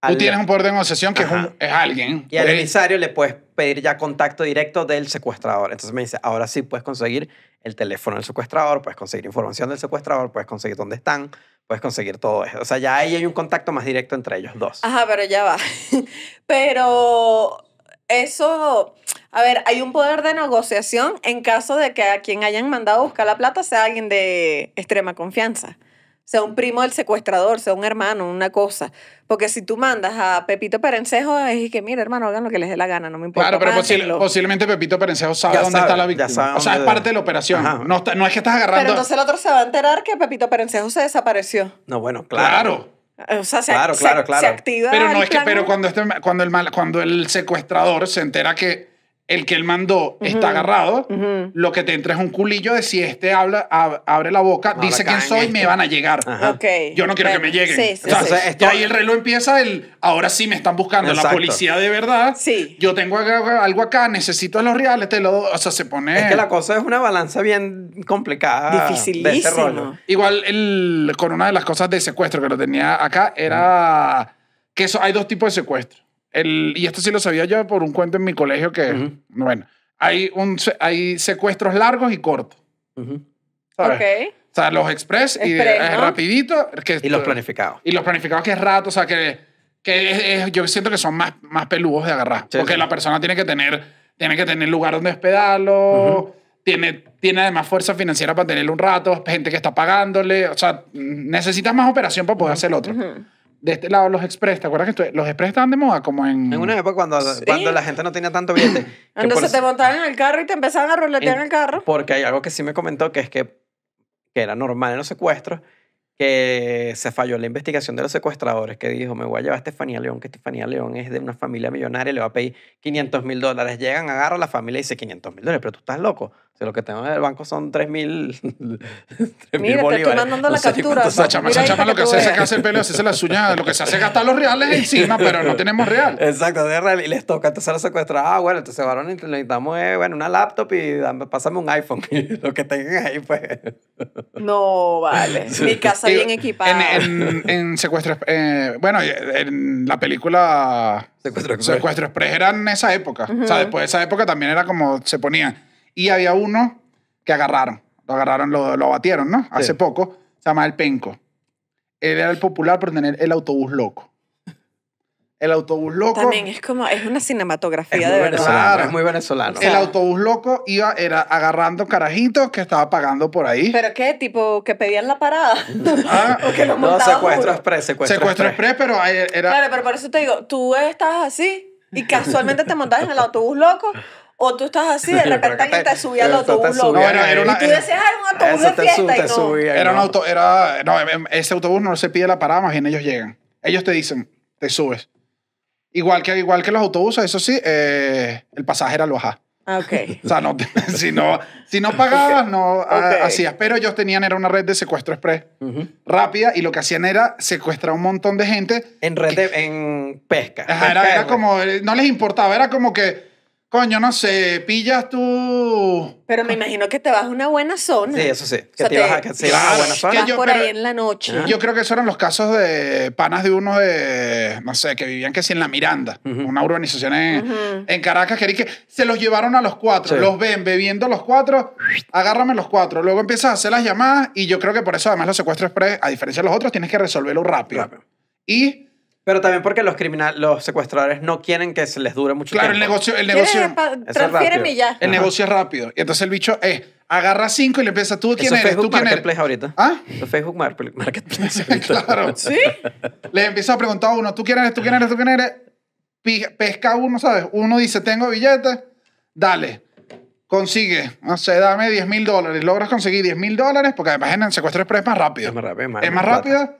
B: Tú
D: al-
B: tienes un poder de negociación que es,
D: Ajá.
B: un- es alguien.
D: y al
B: Eh,
D: emisario le puedes pedir ya contacto directo del secuestrador. Entonces me dice, ahora sí puedes conseguir el teléfono del secuestrador, puedes conseguir información del secuestrador, puedes conseguir dónde están, puedes conseguir todo eso. O sea, ya ahí hay un contacto más directo entre ellos dos.
E: Ajá, pero ya va. Pero eso, a ver, hay un poder de negociación en caso de que a quien hayan mandado a buscar la plata sea alguien de extrema confianza. Sea un primo del secuestrador, sea un hermano, una cosa. Porque si tú mandas a Pepito Perencejo, es que, mira, hermano, hagan lo que les dé la gana, no me importa.
B: Claro, pero posi-
E: mándenlo".
B: posiblemente Pepito Perencejo sabe
D: Ya
B: dónde
D: sabe,
B: está la
D: ya
B: víctima.
D: sabe
B: O sea, es
D: dónde-
B: parte de la
D: Ajá.
B: operación. No, está- no es que estás
E: Pero
B: agarrando.
E: entonces el otro se va a enterar que Pepito Perencejo se desapareció.
D: No, bueno, claro.
B: Claro.
E: O sea, se,
D: Claro,
E: se-
D: claro, claro.
E: se activa.
B: Pero no
E: el
B: es que,
E: plan-
B: pero cuando este, cuando el mal- cuando el secuestrador se entera que el que él mandó está agarrado,
E: Ujú.
B: lo que te entra es un culillo de si este habla, ab- abre la boca,
D: Ahora
B: dice quién
D: caen
B: soy,
D: este.
B: me van a llegar.
D: Ajá.
E: Ok.
B: Yo no quiero que me
E: Bueno,
B: lleguen.
E: Sí, sí,
B: O sea,
E: sí.
D: Entonces, esto-
B: ya ahí el reloj empieza el ahora sí me están buscando la
D: Exacto.
B: policía de verdad.
E: Sí.
B: Yo tengo acá- algo acá, necesito a los reales, te lo doy. O sea, se pone.
D: Es que la cosa es una balanza bien complicada. de este
E: Dificilísimo.
D: rollo.
B: Igual el, con una de las cosas de secuestro que lo tenía acá era que eso, hay dos tipos de secuestro. El, y esto sí lo sabía yo por un cuento en mi colegio que,
D: Ujú.
B: bueno, hay, un, se- hay secuestros largos y cortos.
D: Ujú.
B: ¿sabes?
E: Ok.
B: O sea, los express, y de-
E: Express,
B: eh,
E: ¿no?
B: rapidito. Que,
D: Y los planificados.
B: Y los planificados que es rato, o sea, que, que es- es- yo siento que son más, más peludos de agarrar.
D: Sí,
B: porque
D: sí.
B: la persona tiene que tener, tiene que tener lugar donde hospedarlo, tiene, tiene además fuerza financiera para tenerlo un rato, gente que está pagándole, o sea, mm, necesitas más operación para poder hacer el otro. De este lado, los express, ¿te acuerdas que estu- los express estaban de moda? Como en...
D: En una época cuando, cuando la gente no tenía tanto billete. que por
E: Entonces
D: eso-
E: Ah, te montaban en el carro y te empezaban a ruletear en el carro.
D: Porque hay algo que sí me comentó que es que, que era normal en los secuestros, que se falló la investigación de los secuestradores, que dijo, me voy a llevar a Estefanía León, que Estefanía León es de una familia millonaria, le va a pedir 500 mil dólares. Llegan, agarran a la familia y dice 500 mil dólares, pero tú estás loco. O sea, lo que tengo en el banco son 3 mil
E: Mira, te estoy
D: bolívares.
E: mandando
D: No
E: la
D: sé ni
E: captura.
D: cuántos
B: Esa
D: son.
B: chama,
E: Mira
B: esa
E: ahí
B: chama
E: para
B: lo
E: que
B: que
E: tú
B: hace es
E: veas.
B: sacarse el pelo y hacerse las uñas. Lo que se hace es gastar los reales encima, pero no tenemos real.
D: Exacto, de real. Y les toca, entonces los secuestran. Ah, bueno, entonces ahora necesitamos eh, bueno, una laptop y dame- pásame un iPhone. lo que tengan ahí, pues.
E: No, vale. Mi casa
B: Digo,
E: bien equipada.
B: En, en, en secuestro. eh, bueno, en la película
D: Secuestro Express.
B: Secuestro Express era en esa época. O sea, después de esa época también era como se ponía. Y había uno que agarraron. Lo agarraron, lo, lo abatieron, ¿no? Hace poco. Se llama El Penco. Él era el popular por tener el autobús loco. El autobús loco.
E: También es como, es una cinematografía
D: Es muy
E: de verdad.
D: venezolano,
B: Claro.
D: es muy venezolano.
B: El autobús loco iba era agarrando carajitos que estaba pagando por ahí.
E: ¿Pero qué? ¿Tipo que pedían la parada?
B: Ah,
E: ¿O que los
D: No,
E: montaban
D: secuestro
E: juntos?
D: express, secuestro,
B: secuestro
D: express.
B: express, pero a- era.
E: Claro, pero por eso te digo, tú estabas así y casualmente te montabas en el autobús loco o tú estás así de
D: Pero
E: repente alguien
D: que
E: te subía al
D: eso te
E: autobús loco.
D: subía
B: No, era- era
D: ahí.
B: una-
E: Y tú decías, ah, era un autobús
D: Eso
E: de
D: te sub-
E: fiesta
D: te
E: y no.
D: subía,
B: Era un
D: no.
B: auto, era, no, em- em, ese autobús no se pide la parada, más bien ellos llegan. Ellos te dicen, te subes. Igual que, igual que los autobuses, eso sí, eh, el pasaje era al bajar.
E: Ah, ok.
B: O sea, no, te- si, no, si no pagabas, no ah,
E: Ok.
B: hacías. Pero ellos tenían, era una red de secuestro express
D: Ujú.
B: rápida y lo que hacían era secuestrar a un montón de gente.
D: En red de- en pesca.
B: Ajá,
D: Pesca
B: era, era
D: de-
B: como, eh, no les importaba, era como que, coño, no sé, pillas tú...
E: Pero me imagino que te vas a una buena zona.
D: Sí, eso sí. Que
E: sea,
D: te
E: te-
D: ibas a, que se ibas a
B: Claro,
D: buena
B: que
D: zona.
E: Vas
B: yo-
E: por
B: pero-
E: ahí en la noche.
D: ¿Ah?
B: Yo creo que esos eran los casos de panas de unos de, no sé, que vivían que sí en La Miranda,
D: Ujú.
B: una urbanización en,
E: Ujú.
B: en Caracas, que era y que se los llevaron a los cuatro,
D: Sí.
B: los ven bebiendo los cuatro, agárrame los cuatro, luego empiezas a hacer las llamadas y yo creo que por eso además los secuestros express, a diferencia de los otros, tienes que resolverlo rápido.
D: Rápido.
B: Y
D: Pero también porque los criminales, los secuestradores no quieren que se les dure mucho
B: claro, el
D: tiempo.
B: negocio, el
E: ¿Quieres
B: negocio,
E: pa-
D: es
E: Transfiéreme
D: rápido.
E: ya.
B: el
D: Ajá.
B: negocio es rápido. Y entonces el bicho es, agarra cinco y le empieza, ¿tú quién
D: Eso es
B: eres? ¿Tú
D: Facebook
B: quién eres?
D: Marketplace ahorita.
B: ¿Ah?
D: Eso es Facebook Mark- Marketplace ahorita.
B: Claro.
E: ¿Sí?
B: Le empieza a preguntar a uno, ¿tú quién eres? ¿Tú quién eres? ¿Tú quién eres? Pi- Pesca uno, ¿sabes? Uno dice, tengo billetes, dale, consigue, no sé, dame 10 mil dólares. Logras conseguir 10 mil dólares, porque además en el secuestro express es más rápido.
D: Es más rápido, es más-
B: Es más
D: más
B: rápido.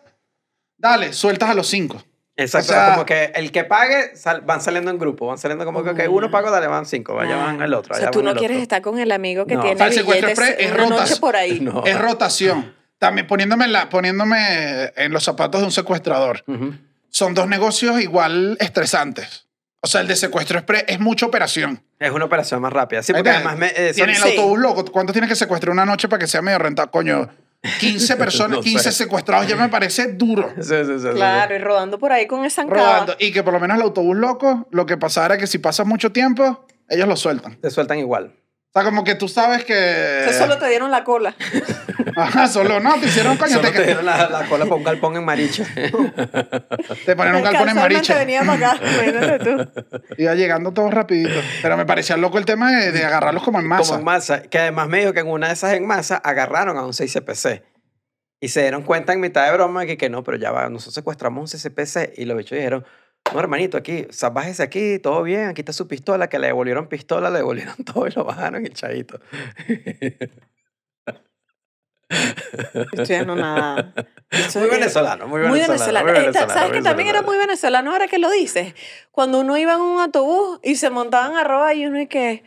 B: Dale, sueltas a los cinco.
D: Exacto,
B: O sea-
D: como que el que pague sal- van saliendo en grupo, van saliendo como que ok,
B: Mm.
D: uno pago, dale, van cinco, vaya
B: Ah.
D: van el otro.
E: O sea,
D: allá
E: tú
D: van
E: no
D: el
E: quieres
D: otro.
E: estar con el amigo que
D: No.
E: tiene
B: Para el secuestro
E: billetes
B: express es
E: una
B: rotas.
E: noche por ahí.
D: No.
B: Es rotación. También poniéndome, en la, poniéndome en los zapatos de un secuestrador.
D: Ujú.
B: Son dos negocios igual estresantes. O sea, el de secuestro express es mucha operación.
D: Es una operación más rápida. Sí, porque
B: Ahí te-
D: además me, eh, son-
B: Tiene el
E: sí.
B: autobús loco. ¿Cuánto tienes que secuestrar una noche para que sea medio rentado? Coño, 15 personas,
D: No
B: 15
D: sé.
B: secuestrados ya me parece duro.
D: Sí, sí, sí, sí, sí.
E: Claro, y rodando por ahí con esa
B: Robando.
E: encaba.
B: Y que por lo menos el autobús loco, lo que pasaba era que si pasas mucho tiempo, ellos lo sueltan.
D: Te sueltan igual.
B: O sea, como que tú sabes que.
E: Eso solo te dieron la cola.
B: Ajá, solo no, te hicieron coño,
D: Solo
B: te,
D: te dieron la, la cola para un galpón en Maricha.
B: te ponen un galpón en
E: Casualmente
B: maricha.
E: venía para acá, imagínate tú.
B: Iba llegando todos rapidito. Pero me parecía loco el tema de, de agarrarlos como en masa.
D: Como en masa. Que además me dijo que en una de esas en masa agarraron a un 6CPC. Y se dieron cuenta en mitad de broma que, que no, pero ya va, nosotros secuestramos un 6CPC. Y los bichos dijeron, no, hermanito, aquí, o sea, bájese aquí, todo bien, aquí está su pistola, que le devolvieron pistola, le devolvieron todo y lo bajaron y chadito.
E: Estoy anonadada. Eso
D: Muy
E: es-
D: venezolano, muy venezolano.
E: Muy venezolano.
D: muy
E: Eh, ta-
D: venezolano,
E: ¿Sabes que también era
D: venezolano.
E: muy venezolano ahora que lo dices? Cuando uno iba en un autobús y se montaban a robar y uno y que,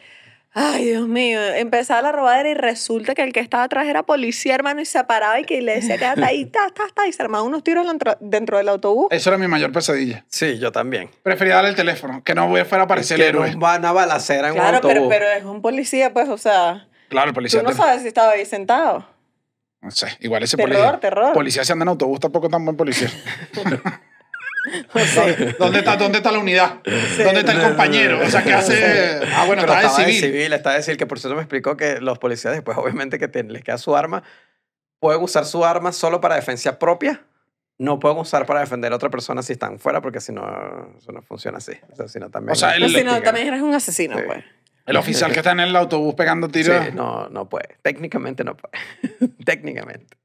E: ay Dios mío, empezaba la robadera y resulta que el que estaba atrás era policía, hermano, y se paraba y que le decía, quédate ahí, ta, ta, ta", y se armaban unos tiros dentro, dentro del autobús.
B: Eso era mi mayor pesadilla.
D: Sí, yo también.
B: Prefería darle el teléfono, que no voy fuera a aparecer
D: Que
B: el héroe.
D: nos van a balacera en un
E: Claro,
D: autobús.
E: pero, pero es un policía, pues, o sea,
B: Claro, el policía.
E: tú no
B: te-
E: sabes si estaba ahí sentado.
B: No sé, igual ese
E: Terror,
B: policía.
E: terror.
B: Policía se anda en autobús, tampoco tan buen policía. ¿Dónde, está, ¿Dónde está la unidad? ¿Dónde está el
D: No, no,
B: compañero?
D: no, no.
B: O sea, ¿qué hace? Ah, bueno,
D: Pero
B: está de
D: estaba de
B: civil.
D: civil, está de civil, que por cierto me explicó que los policías después obviamente que tienen- les queda su arma, pueden usar su arma solo para defensa propia, no pueden usar para defender a otra persona si están fuera, porque si no, eso no funciona así. O sea, si no también...
B: O sea,
E: No,
B: el-
E: si no, también eres un asesino,
D: Sí.
E: pues.
B: El oficial que está en el autobús pegando tiros.
D: Sí, no, no puede. Técnicamente no puede. Técnicamente.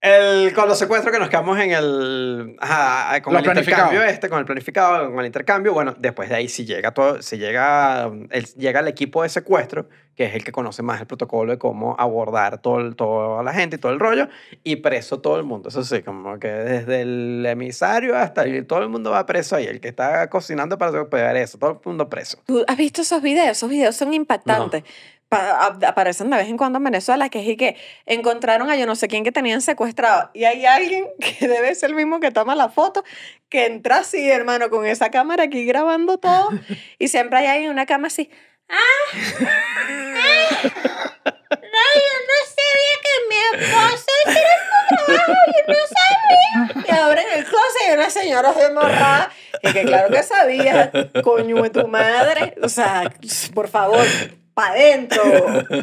D: El, con los secuestros que nos quedamos en el. Ajá, con
B: Lo
D: el
B: planificado.
D: intercambio este, con el planificado, con el intercambio. Bueno, después de ahí, si llega todo, si llega, mm, el, llega el equipo de secuestro, que es el que conoce más el protocolo de cómo abordar todo, el- toda la gente y todo el rollo, y preso todo el mundo. Eso sí, como que desde el emisario hasta el- todo el mundo va preso ahí. El que está cocinando para pegar eso, todo el mundo preso.
E: ¿Tú has visto esos videos? Esos videos son impactantes. Pa- ap- aparecen de vez en cuando en Venezuela, que es y que encontraron a yo no sé quién que tenían secuestrado. Y hay alguien que debe ser el mismo que toma la foto, que entra así, hermano, con esa cámara aquí grabando todo. y siempre hay alguien en una cama así. ¡Ah! ¡Ah! No, yo no sabía que mi esposo hiciera su trabajo, yo no sabía. Y ahora en el closet hay una señora desmorrada. Y que claro que sabía, coño de tu madre. O sea, por favor, pa' adentro,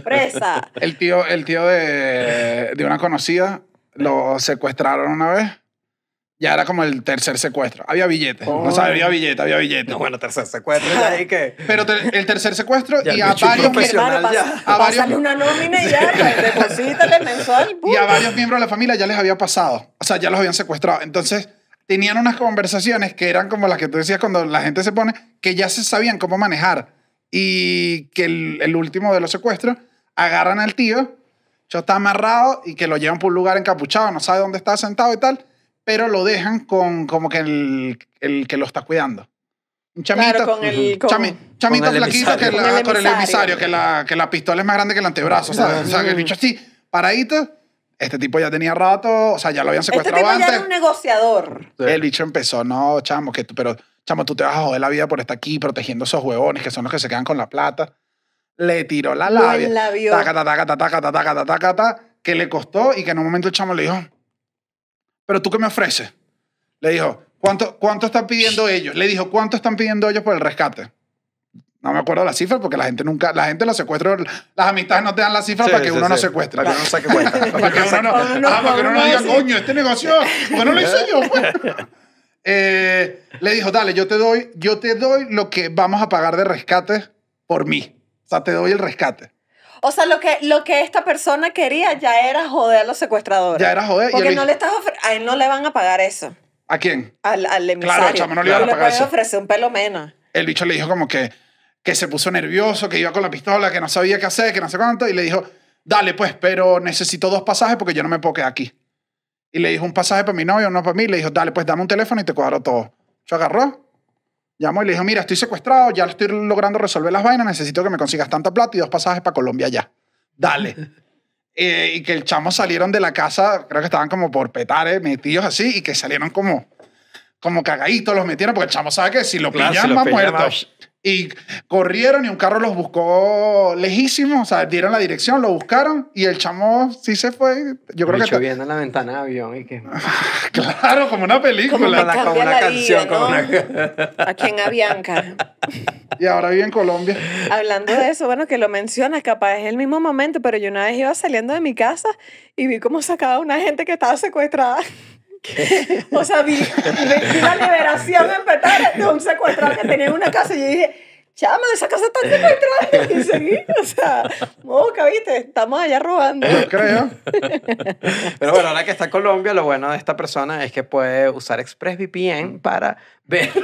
E: presa.
B: El tío, el tío de, de una conocida lo secuestraron una vez Ya era como el tercer secuestro. Había billetes. No sabía, había billetes, había billetes.
D: No, bueno, tercer secuestro. ya ahí que.
B: Pero ter- el tercer secuestro
D: Ya,
B: y a
D: bicho
B: varios
D: profesional.
E: Hermano,
D: ya.
E: pasa-
B: A varios-
E: pásale una nómina y ya, pues, deposítale mensual.
B: Y a
E: punto.
B: varios miembros de la familia ya les había pasado. O sea, ya los habían secuestrado. Entonces, tenían unas conversaciones que eran como las que tú decías cuando la gente se pone, que ya se sabían cómo manejar. Y que el, el último de los secuestros agarran al tío, yo está amarrado y que lo llevan por un lugar encapuchado, no sabe dónde está sentado y tal, pero lo dejan con como que el, el que lo está cuidando. Un chamito.
E: Claro, con el. Con, este
B: Chami- chamito
D: Con el
B: flaquito
D: emisario.
B: que la-
E: Con el
B: con el
E: emisario.
B: emisario, que la, que la pistola es más grande que el antebrazo, ¿sabes? O sea, que el bicho así, paradito. Este tipo ya tenía rato, o sea, ya lo habían
E: este
B: secuestrado
E: tipo ya era un
B: antes.
E: negociador.
B: El bicho empezó, no, chamo, que tú, pero, chamo, tú te vas a joder la vida por estar aquí protegiendo esos huevones que son los que se quedan con la plata. Le tiró la
E: Lo
B: labia.
E: enlabió.
B: Taca, taca, taca, taca, taca, taca, taca, taca, que le costó y que en un momento el chamo le dijo, pero tú qué me ofreces? Le dijo, ¿cuánto, cuánto están pidiendo ellos? Le dijo, ¿cuánto están pidiendo ellos por el rescate? No me acuerdo la cifra porque la gente nunca, la gente lo secuestra, las amistades no te dan la cifra
D: Sí,
B: para que
D: sí,
B: uno no
D: sí.
B: secuestre.
D: Para que uno saque cuenta.
B: Para que uno no,
E: Para uno no-
B: ah, para que uno no
E: para
B: diga,
E: uno no decir.
B: coño, este negocio, ¿por qué no lo hice yo? pues". Eh, le dijo, dale, yo te doy, yo te doy lo que vamos a pagar de rescate por mí. O sea, te doy el rescate.
E: O sea, lo que, lo que esta persona quería ya era joder a los secuestradores.
B: Ya era joder, y
E: Porque
B: él
E: no
B: hizo-
E: le estás ofre- A él no le van a pagar eso.
B: ¿A quién?
E: Al, al emisario.
B: chamo, no le iban a pagar
E: pueden
B: eso.
E: ofrecer un pelo menos.
B: El bicho le dijo como que, que se puso nervioso, que iba con la pistola, que no sabía qué hacer, que no sé cuánto, y le dijo, dale pues, pero necesito dos pasajes porque yo no me puedo quedar aquí. Y le dijo un pasaje para mi novio, uno para mí, y le dijo, dale pues, dame un teléfono y te cuadro todo. Yo agarró, llamó y le dijo, mira, estoy secuestrado, ya estoy logrando resolver las vainas, necesito que me consigas tanta plata y dos pasajes para Colombia ya. Dale. Eh, y que el chamo salieron de la casa, creo que estaban como por petares, metidos así, y que salieron como, como cagaditos, los metieron, porque el chamo sabe que si lo
D: Claro,
B: pillan,
D: si lo
B: va
D: pillan,
B: muerto. Y corrieron y un carro los buscó lejísimos, o sea, dieron la dirección, lo buscaron, y el chamo sí se fue. Yo creo
D: Bicho
B: que.
D: viendo en la ventana de avión y que.
B: está- Claro, como una película.
E: Como me
D: Con la- con
E: cambia
D: una
E: la
D: canción,
E: vida,
D: con
E: ¿no?
D: una-
E: Aquí en Avianca.
B: Y ahora vive en Colombia.
E: Hablando de eso, bueno, que lo mencionas, capaz es el mismo momento, pero yo una vez iba saliendo de mi casa y vi cómo sacaba una gente que estaba secuestrada. O sea, vi, vi la liberación en Petare de un secuestrado que tenía en una casa y yo dije, chama, de esa casa está secuestrada. Y seguí, o sea, moca, viste, estamos allá robando.
B: Yo creo.
D: Pero bueno, ahora que está en Colombia, lo bueno de esta persona es que puede usar ExpressVPN para ver.
E: Yo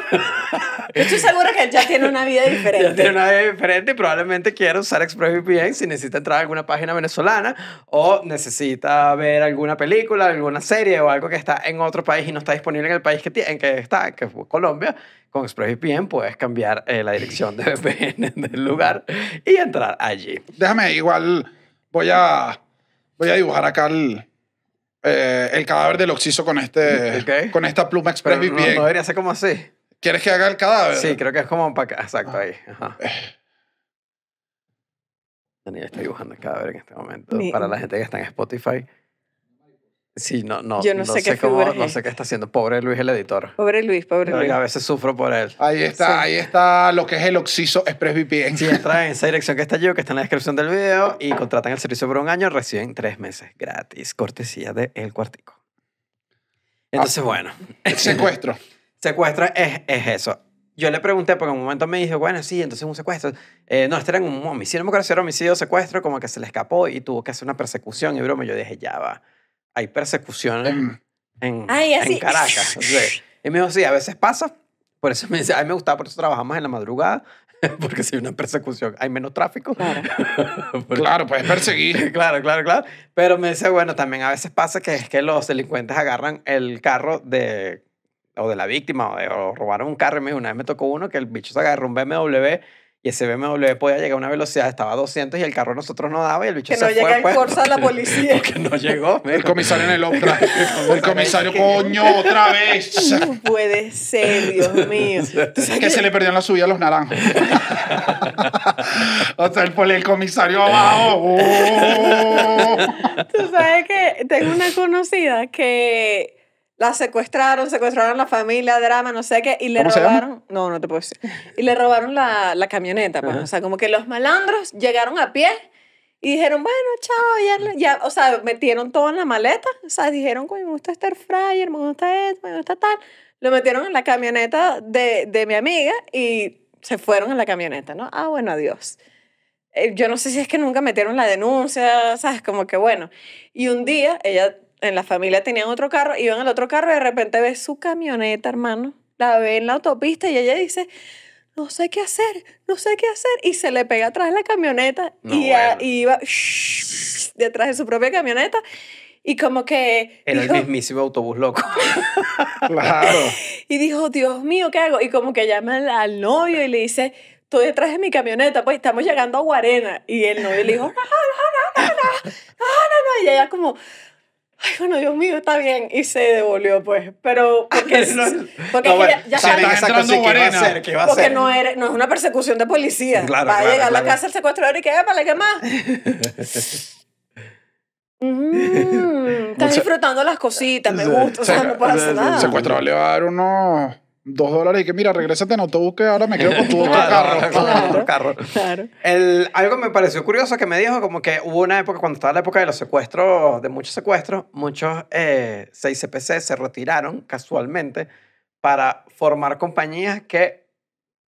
E: estoy segura que él ya tiene una vida diferente.
D: Ya tiene una vida diferente y probablemente quiera usar ExpressVPN si necesita entrar a alguna página venezolana o necesita ver alguna película, alguna serie o algo que está en otro país y no está disponible en el país que, ti- en que está, que fue Colombia. Con ExpressVPN puedes cambiar eh, la dirección de VPN del lugar y entrar allí.
B: Déjame, igual voy a, voy a dibujar acá el, eh, el cadáver del oxiso con, este,
D: Ok.
B: con esta pluma
D: Pero
B: Express
D: no,
B: VPN.
D: no debería ser como así.
B: ¿Quieres que haga el cadáver?
D: Sí, creo que es como para acá. Exacto, ahí. Ajá. Daniel está dibujando el cadáver en este momento.
E: Mi-
D: Para la gente que está en Spotify. Sí, no, no.
E: Yo no sé qué
D: cómo,
E: figura es
D: No
E: esta.
D: sé qué está haciendo. Pobre Luis, el editor.
E: Pobre Luis, pobre
D: Pero
E: Luis.
D: a veces sufro por él.
B: Ahí está,
E: Sí.
B: ahí está lo que es el oxiso Express VPN.
D: Si entran en esa dirección que está yo, que está en la descripción del video, y contratan el servicio por un año, reciben tres meses gratis, cortesía de El Cuartico. Entonces, bueno.
B: El secuestro.
D: Secuestro es, es eso. Yo le pregunté, porque en un momento me dijo, bueno, sí, entonces un secuestro. Eh, no, este era un homicidio, no me acuerdo si era homicidio o secuestro, como que se le escapó y tuvo que hacer una persecución y broma. Yo dije, ya va, hay persecuciones en,
B: Em,
D: en,
E: Ay, así.
D: Caracas. Sí. Y me dijo, sí, a veces pasa. Por eso me dice, a mí me gustaba, por eso trabajamos en la madrugada, porque si hay una persecución hay menos tráfico.
E: Claro.
D: Porque-
B: Claro, puedes perseguir.
D: Claro, claro, claro. Pero me dice, bueno, también a veces pasa que es que los delincuentes agarran el carro de o de la víctima o, de- o robaron un carro. Y me dijo, una vez me tocó uno que el bicho se agarró un BMW y ese BMW podía llegar a una velocidad, estaba a 200 y el carro a nosotros no daba y el bicho
E: Que
D: se
E: no
D: fue.
E: llega el
D: pues,
E: corso a la policía.
D: porque no llegó.
B: El comisario en el otra. El comisario,
D: que-
B: coño, otra vez.
E: No puede ser, Dios mío. Tú sabes
B: Que se le perdió en la subida a los naranjos. o sea, el, el comisario abajo. Oh.
E: Tú sabes que tengo una conocida que la secuestraron, secuestraron a la familia, drama, no sé qué, y le
B: ¿Cómo se llama?
E: robaron. No, no te puedo decir. Y le robaron la, la camioneta, pues. O sea, como que los malandros llegaron a pie Y dijeron, bueno, chao, ya, ya, o sea, metieron todo en la maleta. O sea, dijeron, coño, me gusta este air fryer, me gusta esto, me gusta tal. Lo metieron en la camioneta de, de mi amiga y se fueron en la camioneta, ¿no? Ah, bueno, adiós. Eh, yo no sé si es que nunca metieron la denuncia, ¿sabes? Como que bueno. Y un día, ella en la familia tenían otro carro, iban al otro carro y de repente ve su camioneta, hermano. La ve en la autopista y ella dice, no sé qué hacer, no sé qué hacer. Y se le pega atrás la camioneta
D: No,
E: y, a-
D: bueno.
E: y iba shhh, detrás de su propia camioneta. Y como que...
D: Era el
E: dijo,
D: mismísimo autobús loco.
B: Claro.
E: y dijo, Dios mío, ¿qué hago? Y como que llama al- al novio y le dice, estoy detrás de mi camioneta, pues estamos llegando a Guarena. Y el novio le dijo, no, no, no, no, no, no, no, no. Y ella como, ay, bueno, Dios mío, está bien. Y se devolvió, pues. Pero porque,
D: Ah, No,
E: porque
D: no,
E: es que
D: bueno,
E: ya, ya
D: saben
E: saben-
B: está
D: exacto,
B: entrando
D: sí, ¿qué va a
B: Guarena.
D: hacer? ¿Qué va a
E: porque
D: hacer?
E: no, eres- no es una persecución de policía.
D: Claro,
E: Va a
D: claro,
E: llegar a la
D: claro.
E: casa el secuestrador y que, para la que más. Mm, estás
B: Mucha-
E: disfrutando las cositas, me
D: Sí,
E: gusta, o sea,
D: sí,
E: no puedes
D: sí,
E: hacer
D: sí,
E: nada.
B: El secuestrador le va a dar unos dos dólares y que mira, regrésate en autobús que ahora me quedo con tu otro
D: Claro,
B: carro.
D: con tu otro carro.
E: Claro.
D: El- algo me pareció curioso que me dijo como que hubo una época, cuando estaba la época de los secuestros, de muchos secuestros, muchos eh, 6CPC se retiraron casualmente para formar compañías que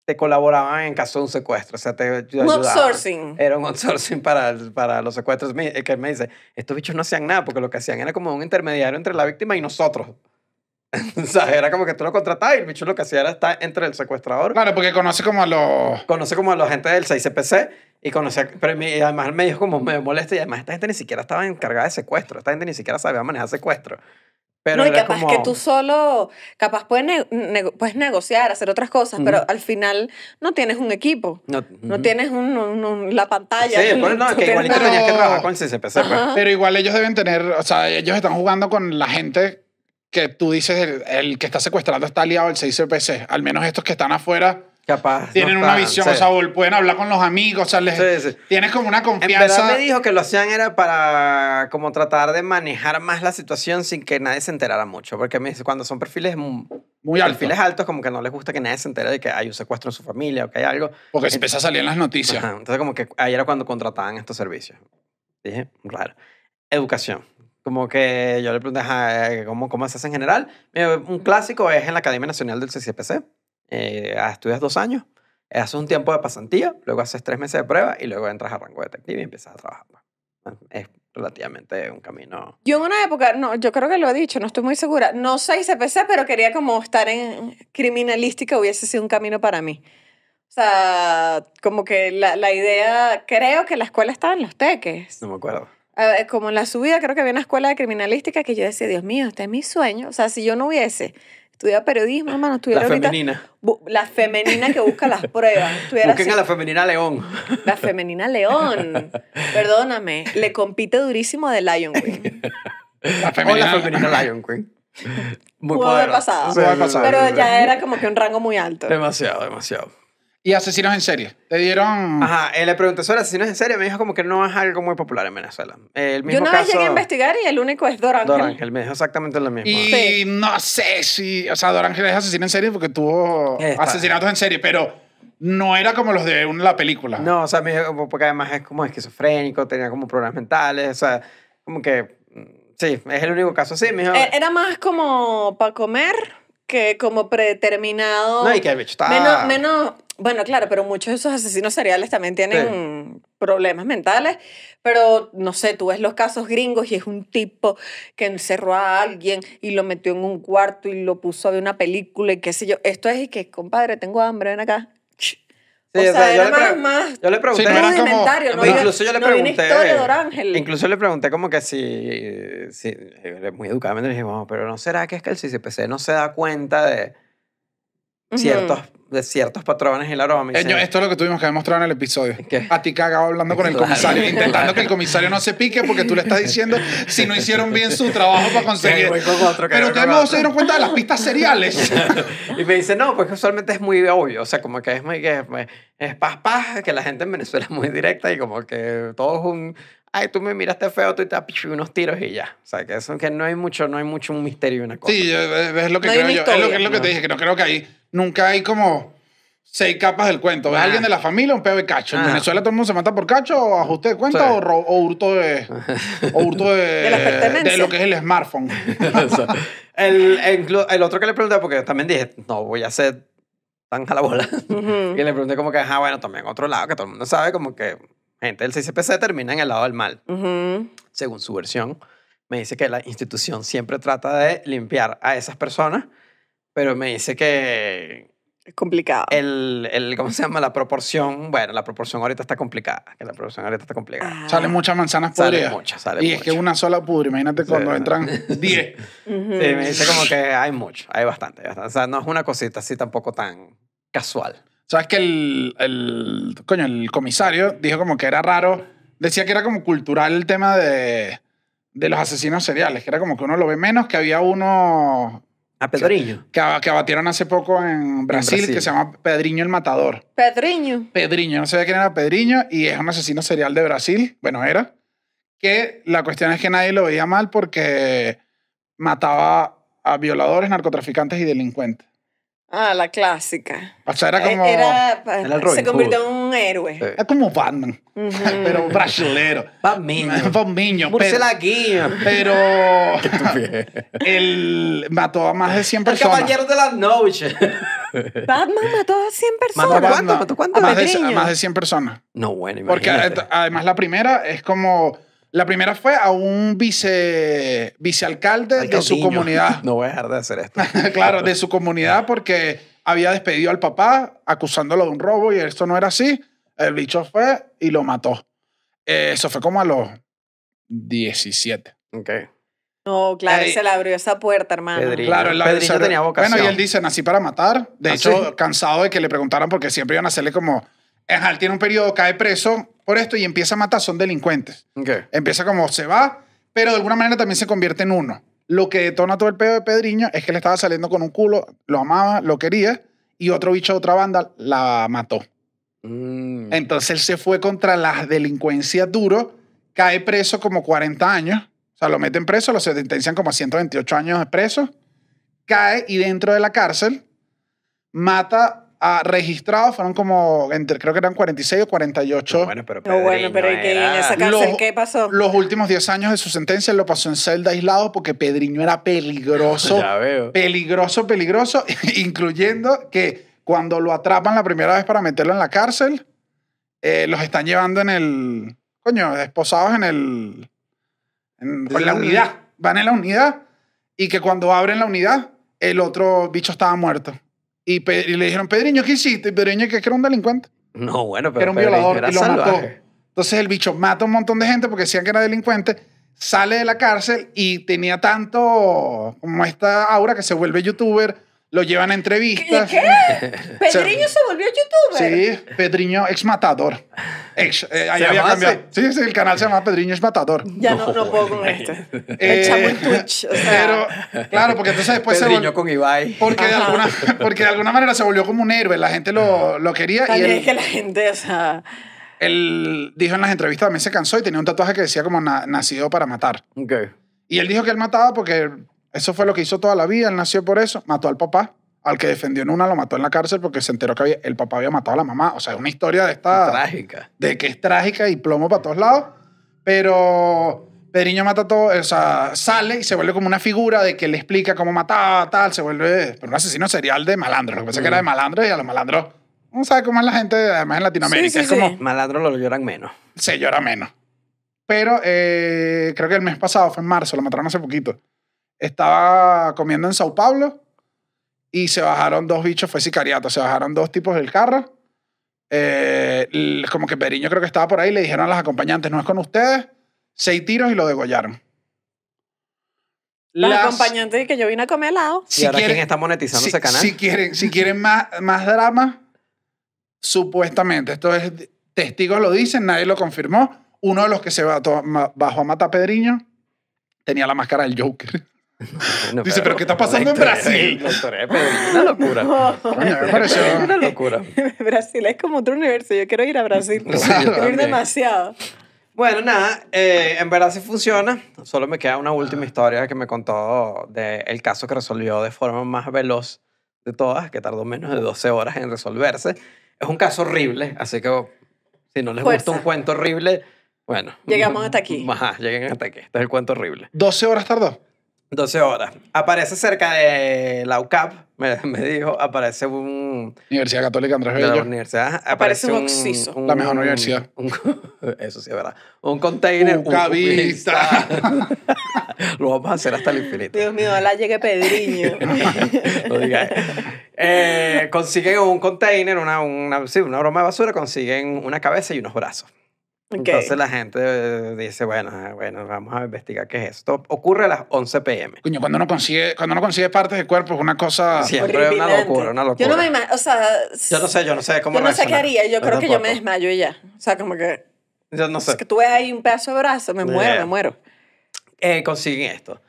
D: te colaboraban en caso de un secuestro. O sea, te ayudaban.
E: Un outsourcing.
D: Era un outsourcing para, el- para los secuestros. Mi- eh, Que me dice, estos bichos no hacían nada porque lo que hacían era como un intermediario entre la víctima y nosotros. o sea, era como que tú lo contratabas y el bicho lo que hacía era estar entre el secuestrador
B: Claro, porque conoce como a los...
D: conoce como a la gente del 6CPC y conoce, pero mi- y además me dijo como me molesta y además esta gente ni siquiera estaba encargada de secuestro, esta gente ni siquiera sabía manejar secuestro. Pero
E: no, y
D: era
E: capaz
D: como,
E: que tú solo, capaz puedes, ne- nego- puedes negociar, hacer otras cosas,
D: Ujú.
E: pero al final no tienes un equipo,
D: no,
E: no tienes un- un- un- la pantalla.
D: Sí, pues, no,
E: no
D: que
E: tienes
D: igualito
E: nada.
D: tenías que
B: Pero-
D: trabajar con el 6CPC. pues.
E: Ajá.
B: Pero igual ellos deben tener, o sea, ellos están jugando con la gente que tú dices, el, el que está secuestrando está aliado al 6CPC. Al menos estos que están afuera
D: Capaz. no
B: tienen una
D: estaban,
B: visión,
D: sí.
B: o sea, vol- pueden hablar con los amigos, o sea, les-
D: Sí, sí.
B: tienes como una
D: En verdad
B: confianza.
D: me dijo que lo hacían era para como tratar de manejar más la situación sin que nadie se enterara mucho, porque me dice, cuando son perfiles mm,
B: Muy alto.
D: perfiles altos como que no les gusta que nadie se entere de que hay un secuestro en su familia o que hay algo.
B: Porque se empieza a salir en las noticias.
D: Ajá, Entonces, como que ahí era cuando contrataban estos servicios. Dije, raro. Educación. Como que yo le pregunté, ajá, eh, ¿cómo, cómo se hace en general? Me dijo, Un clásico es en la Academia Nacional del CCPC. Eh, ah, estudias dos años, eh, haces un tiempo de pasantía, luego haces tres meses de prueba y luego entras a rango de detective y empiezas a trabajar. pues. Es relativamente un camino.
E: Yo en una época, no, yo creo que lo he dicho, no estoy muy segura, no soy CPC, pero quería como estar en criminalística hubiese sido un camino para mí. O sea, como que la, la idea, creo que la escuela estaba en los teques.
D: No me acuerdo.
E: Eh, como en la subida, creo que había una escuela de criminalística que yo decía, Dios mío, este es mi sueño. O sea, si yo no hubiese estudiado periodismo, hermano, estuviera
D: la
E: ahorita-
D: femenina.
E: bu- la femenina que busca las pruebas. Estuviera
D: Busquen a
E: así,
D: la femenina León.
E: la... femenina león. Perdóname, le compite durísimo de Lion Queen.
B: La
D: O la
B: femenina-
D: femenina Lion Queen. Muy
E: Pudo haber pasado.
D: Sí,
B: Pudo haber
D: sí,
B: pasado.
D: sí,
E: Pero
D: sí.
E: ya era como que un rango muy alto.
D: Demasiado, demasiado.
B: Y asesinos en serie. Te
E: Mm.
B: dieron...
D: Ajá, eh, le pregunté sobre asesinos en serie, me dijo como que no es algo muy popular en Venezuela. El mismo
E: Yo una
D: caso,
E: vez llegué a investigar y el único es Dor
D: Don
E: Ángel.
D: Ángel me dijo exactamente lo mismo.
B: Y
E: Sí.
B: no sé si, o sea, Dor Ángel es asesino en serie porque tuvo
D: Está.
B: asesinatos en serie, pero no era como los de un- la película.
D: No, o sea, me dijo como- porque además es como esquizofrénico, tenía como problemas mentales, o sea, como que mm, sí, es el único caso así, me dijo.
E: Eh, Era más como para comer que como predeterminado.
D: no, y que el bicho estaba
E: Menos, menos, bueno, claro, pero muchos de esos asesinos seriales también tienen problemas mentales, pero no sé, tú ves los casos gringos y es un tipo que encerró a alguien y lo metió en un cuarto y lo puso a ver una película y qué sé yo. Esto es y que, compadre, tengo hambre, ven acá.
D: Sí,
E: o sea,
D: yo,
E: era
D: le pre-
E: más, más
D: yo le pregunté,
B: Sí, no era
E: más
B: como-
E: rudimentario, no
D: Pero
E: había-
D: incluso yo le
E: no había una
D: pregunté.
E: historia de Don Ángel.
D: Incluso le pregunté como que si, si eh, muy educadamente le dije, "Bueno, pero no será que es que el CCPC no se da cuenta de
E: Ujú.
D: ciertos, de ciertos patrones en la broma. Me
B: Eh,
D: dice,
B: yo- esto es lo que tuvimos que demostrar en el episodio.
D: ¿Qué?
B: A ti cagado hablando con el
D: Claro.
B: comisario, intentando que el comisario no se pique porque tú le estás diciendo si no hicieron bien su trabajo para conseguir.
D: Que voy con otro, que
B: Pero
D: voy
B: ustedes
D: con
B: no
D: otro.
B: se dieron cuenta de las pistas seriales.
D: Y me dice, no, pues que usualmente es muy obvio, o sea, como que es muy, que es, es paz, paz, que la gente en Venezuela es muy directa y como que todo es un, ay, tú me miraste feo, tú y te pichu, unos tiros y ya. O sea, que eso que no hay mucho, no hay mucho un misterio y una cosa.
B: Sí, yo- eh, es lo que
E: No hay
B: creo yo. Es
E: una
B: lo,
E: historia.
B: es lo que te dije, que no creo que ahí nunca hay como seis capas del cuento. ¿Ves
D: Ah.
B: alguien de la familia? Un peo de cacho. En
D: Ah.
B: Venezuela todo el mundo se mata por cacho o ajuste de cuenta
D: Sí.
B: o, ro- o hurto de. o hurto de.
E: De las pertenencias.
B: de lo que es el smartphone.
D: Eso. el, el inclu- el otro que le pregunté, porque también dije, no voy a ser tan jalabola.
E: Ujú.
D: Y le pregunté como que, ah, bueno, también otro lado, que todo el mundo sabe como que gente del CICPC termina en el lado del mal,
E: Ujú.
D: según su versión. Me dice que la institución siempre trata de limpiar a esas personas, pero me dice que
E: Es complicado.
D: el, el ¿cómo se llama? La proporción, bueno, la proporción ahorita está complicada, que la proporción ahorita está complicada.
E: Ah.
B: Salen muchas manzanas
D: Sale
B: podridas.
D: mucho, sale
B: y es que
D: mucho.
B: una sola pudre. Imagínate cuando
D: Sí.
B: entran 10.
E: Ujú.
D: Sí, me dice como que hay mucho, hay bastante, hay bastante. O sea, no es una cosita así tampoco tan casual.
B: ¿Sabes que el, el- Coño, el comisario dijo como que era raro. Decía que era como cultural el tema de. de los asesinos seriales. Que era como que uno lo ve menos que había uno.
D: A Pedriño.
B: que, ab- que abatieron hace poco en Brasil,
D: Brasil.
B: que se llama Pedriño el Matador.
E: Pedriño.
B: Pedriño, no sabía quién era Pedriño y es un asesino serial de Brasil, bueno, era, que la cuestión es que nadie lo veía mal porque mataba a violadores, narcotraficantes y delincuentes.
E: Ah, la clásica.
B: O sea, era
D: Eh,
B: como, era...
E: Eh, Era-
D: el Robin
E: se convirtió
D: Hood.
E: en un héroe.
D: Sí.
B: como Batman,
E: Ujú.
B: pero brasilero.
D: Va niño.
B: Fue un niño, pero,
D: Murcielaguillo.
B: pero él mató a más de 100
D: El
B: personas.
D: caballero de la noche.
E: Batman mató a 100
D: ¿Mató a
E: personas.
D: cuánto?
B: Batman.
D: ¿Mató cuánto?
B: A más, de, a
E: Pedriño.
B: más de 100 personas.
D: No, bueno,
B: Porque ad- además la primera es como... La primera fue a un vice, vicealcalde de su comunidad.
D: No voy a dejar de hacer esto.
B: claro, de su comunidad porque había despedido al papá acusándolo de un robo y esto no era así. El bicho fue y lo mató. Eh, eso fue como a los 17.
D: Ok.
E: No, claro,
B: Ey.
E: se le abrió esa puerta, hermano.
D: Pedriño.
B: Claro, él la-
D: Pedriño
B: se-
D: tenía vocación.
B: Bueno, y él dice, nací para matar. De
D: ¿Ah,
B: hecho,
D: sí?
B: cansado de que le preguntaran porque siempre iban a hacerle como, "Ajá, él tiene un periodo, cae preso por esto y empieza a matar, son delincuentes.
D: Ok.
B: Empieza como se va, pero de alguna manera también se convierte en uno. Lo que detona todo el pedo de Pedriño es que le estaba saliendo con un culo, lo amaba, lo quería, y otro bicho de otra banda la mató.
D: Mm.
B: Entonces él se fue contra la delincuencia duro, cae preso como 40 años, o sea, lo meten preso, lo sentencian como a 128 años de preso, cae y dentro de la cárcel mata a registrados, fueron como, entre, creo que eran 46 o 48
D: No, bueno, pero
E: No,
D: Pedriño
E: bueno, pero ¿y qué en
D: era-
E: esa cárcel
B: Lo-
E: qué pasó?
B: los últimos 10 años de su sentencia lo pasó en celda aislado porque Pedriño era peligroso,
D: Ya veo.
B: peligroso, peligroso, incluyendo que cuando lo atrapan la primera vez para meterlo en la cárcel, eh, los están llevando en el, coño, desposados en el, en, con la unidad, van en la unidad y que cuando abren la unidad, el otro bicho estaba muerto. Y, Pe- y le dijeron, Pedriño, ¿qué hiciste? Y Pedriño, que que era un delincuente
D: No, bueno, pero
B: que era un
D: Pedriño
B: violador
D: era
B: y lo
D: salvaje.
B: mató. Entonces el bicho mata a un montón de gente porque decían que era delincuente, sale de la cárcel y tenía tanto como esta aura que se vuelve youtuber, lo llevan a entrevistas.
E: ¿Qué? Pedriño se volvió youtuber.
B: Sí, Pedriño ex matador. Ex, eh, ahí había
D: ¿Se llamaba
B: cambiado. Sí, sí, el canal se llama Pedriño ex matador.
E: Ya no, no puedo con esto.
B: Eh,
E: El chamo en Twitch. O sea,
B: Pero, claro, porque entonces después se
D: Pedriño
B: volvió-
D: con Ibai.
B: Porque de,
E: Ajá.
B: alguna, porque de alguna manera se volvió como un héroe, la gente lo, lo quería. y
E: también
B: él-
E: es que la gente, o sea,
B: Él dijo en las entrevistas, también se cansó y tenía un tatuaje que decía como "Na- nacido para matar.
D: Ok.
B: Y él dijo que él mataba porque eso fue lo que hizo toda la vida, él nació por eso, mató al papá, al que defendió en una, lo mató en la cárcel porque se enteró que había- el papá había matado a la mamá. O sea, es una historia de esta,
D: Trágica.
B: de que es trágica y plomo para todos lados, pero Pedriño mata todo, o sea, sale y se vuelve como una figura de que le explica cómo mataba, tal, se vuelve pero un asesino serial de malandros. Lo que pasa es que era de malandros y a los malandros, no sabe cómo es la gente, además en Latinoamérica,
E: sí,
B: es como...
E: sí.
D: Malandro lo lloran menos.
B: se llora menos. Pero eh, creo que el mes pasado, fue en marzo, lo mataron hace poquito. Estaba comiendo en Sao Paulo y se bajaron dos bichos, fue sicariato, se bajaron dos tipos del carro. Eh, l- como que Periño creo que estaba por ahí, le dijeron a las acompañantes, no es con ustedes, seis tiros y lo degollaron.
E: los
B: Las-
E: acompañantes de que yo vine a comer helado.
B: si
D: ¿Y ahora
B: quieren-
D: quién está monetizando
B: si,
D: ese canal?
B: si quieren, si quieren más, más drama, supuestamente, esto es, testigos lo dicen, nadie lo confirmó. Uno de los que se bató- ma- bajó a matar a Pedriño tenía la máscara del Joker.
D: No,
B: Dice, ¿pero qué está pasando en
D: la
B: Brasil?
D: la historia de Pedriño, una locura.
B: Coño, me pareció-
D: Una locura.
E: Brasil es como otro universo. Yo quiero ir a Brasil.
D: Claro,
E: quiero ir
D: también.
E: demasiado.
D: Bueno, nada, eh, en verdad sí funciona. Solo
E: Ah.
D: me queda una última historia que me contó del caso que resolvió de forma más veloz de todas, que tardó menos de 12 horas en resolverse. Es un caso horrible, así que si no les
E: Fuerza.
D: gusta un cuento horrible, bueno.
E: Llegamos hasta aquí.
D: Ajá, lleguen hasta aquí. Este es el cuento horrible.
B: 12 horas tardó.
D: 12 horas. Aparece cerca de la UCAP, me, me dijo, aparece un...
B: Universidad Católica Andrés
D: de la
B: Bello.
D: universidad.
E: Aparece un oxiso.
B: La mejor universidad.
D: un- eso sí es verdad. Un container. un-
B: Ucavista.
D: un- Lo vamos a hacer hasta el infinito.
E: Dios mío, la llegue Pedriño.
D: No digas eso. Eh, consiguen un container, una, una, sí, una broma de basura, consiguen una cabeza y unos brazos.
E: Ok.
D: Entonces la gente eh, dice, bueno, ah, bueno, vamos a investigar qué es esto. Ocurre a las 11 pm.
B: Coño, cuando uno consigue, cuando uno consigue partes del cuerpo es una cosa.
D: Siempre es una
E: Horripilante.
D: locura, una locura.
E: Yo no me imagino, o sea...
D: Yo no sé, yo no sé cómo
E: Yo no sé qué
D: reaccionar.
E: haría, yo creo que yo me
D: tampoco.
E: desmayo y ya. O sea, como que...
D: Yo no
E: Es
D: sé.
E: que tú ves ahí un pedazo de brazo, me
D: Yeah.
E: muero, me muero.
D: Eh, consiguen esto.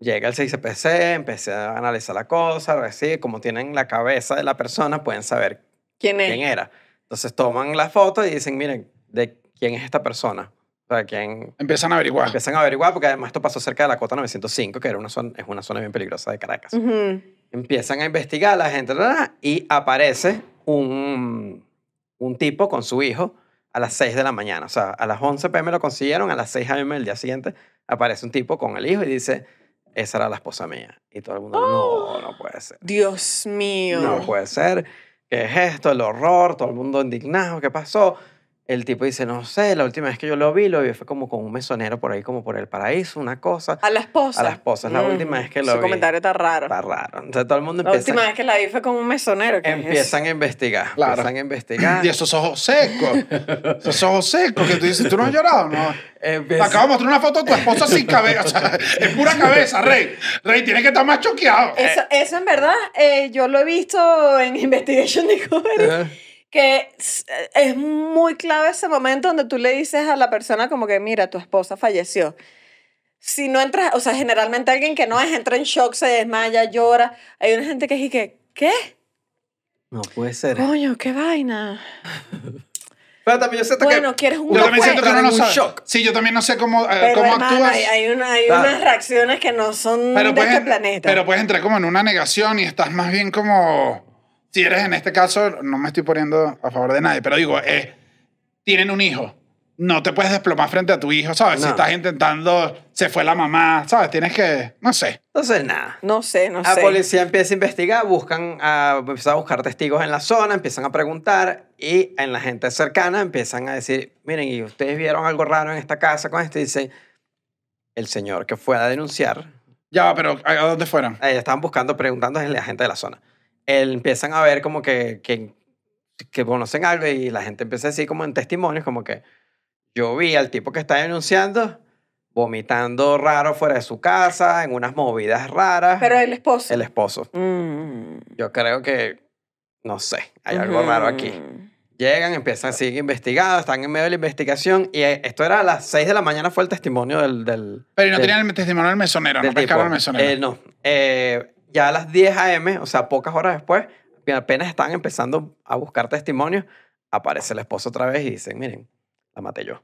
D: Llega el 6CPC, empecé a analizar la cosa, a ver si como tienen la cabeza de la persona, pueden saber
E: ¿Quién es?
D: quién era. Entonces toman la foto y dicen, miren, ¿de quién es esta persona? O sea, ¿quién?
B: Empiezan a averiguar.
D: Empiezan a averiguar, porque además esto pasó cerca de la cota 905, que era una zona, es una zona bien peligrosa de Caracas.
E: Ujú.
D: Empiezan a investigar la gente ra, ra, y aparece un, un tipo con su hijo a las 6 de la mañana. O sea, a las 11 pm lo consiguieron, a las 6 am el día siguiente aparece un tipo con el hijo y dice, esa era la esposa mía. Y todo el mundo, no, no puede ser.
E: ¡Oh! Dios mío.
D: No pues. puede ser. ¿Qué es esto? El horror, todo el mundo indignado, ¿qué pasó? El tipo dice, no sé, la última vez que yo lo vi, lo vi fue como con un mesonero por ahí, como por el paraíso, una cosa.
E: A la esposa.
D: A la esposa, es la
E: Mm,
D: última vez que lo
E: Su
D: vi.
E: comentario está raro.
D: Está raro. Entonces todo el mundo
E: La última
D: empieza,
E: vez que la vi fue con un mesonero. ¿qué es eso?
D: empiezan eh. a investigar.
B: Claro.
D: Empiezan a investigar.
B: Y esos ojos secos. esos ojos secos que tú dices, ¿tú no has llorado? No. Te
D: Empiezan-
B: acabo de mostrar una foto de tu esposa sin cabeza. O sea, es pura cabeza, Rey. Rey, tiene que estar más choqueado.
E: Eso, eso en verdad, eh, yo lo he visto en Investigation Discovery,
D: Eh,
E: que es, es muy clave ese momento donde tú le dices a la persona como que, mira, tu esposa falleció. Si no entras, o sea, generalmente alguien que no es, entra en shock, se desmaya, llora. Hay una gente que es y que, ¿qué?
D: No puede ser.
E: Coño, qué vaina.
D: Pero también yo siento
E: Bueno,
D: que...
E: quieres un
B: Yo también
E: café?
B: siento que uno no
D: en un
B: sabe.
D: shock.
B: Sí, yo también no sé cómo, eh,
E: Pero
B: cómo
E: hermano,
B: actúas.
E: hay, hay una- hay
D: Claro.
E: unas reacciones que no son
B: pero,
E: de
B: puedes,
E: este planeta.
B: pero puedes entrar como en una negación y estás más bien como. Si eres en este caso, no me estoy poniendo a favor de nadie, pero digo, eh, tienen un hijo. No te puedes desplomar frente a tu hijo, ¿sabes? Si
D: No.
B: estás intentando, se fue la mamá, ¿sabes? Tienes que. No sé.
D: Entonces, nada.
E: no sé, no
D: La
E: sé.
D: policía empieza a investigar, buscan a, empiezan a buscar testigos en la zona, empiezan a preguntar y en la gente cercana empiezan a decir, miren, ¿y ustedes vieron algo raro en esta casa con esto? Y dicen, el señor que fue a denunciar,
B: Ya va, pero ¿a a dónde fueron?
D: eh, estaban buscando, preguntando a la gente de la zona. Él, empiezan a ver como que, que, que conocen algo y la gente empieza a decir como en testimonios, como que yo vi al tipo que está denunciando vomitando raro fuera de su casa, en unas movidas raras,
E: Pero el esposo.
D: el esposo.
E: Mm.
D: Yo creo que, no sé, hay algo raro aquí.
E: Mm.
D: Llegan, empiezan, siguen investigando, están en medio de la investigación y eh, esto era a las 6 de la mañana fue el testimonio del... del
B: Pero ¿y no
D: del-
B: tenían el testimonio del mesonero, no
D: del
B: pescaron al
D: tipo.
B: mesonero.
D: Eh, no, Eh, ya a las 10 a.m., o sea, pocas horas después, que apenas están empezando a buscar testimonios, aparece el esposo otra vez y dicen, miren, la maté yo.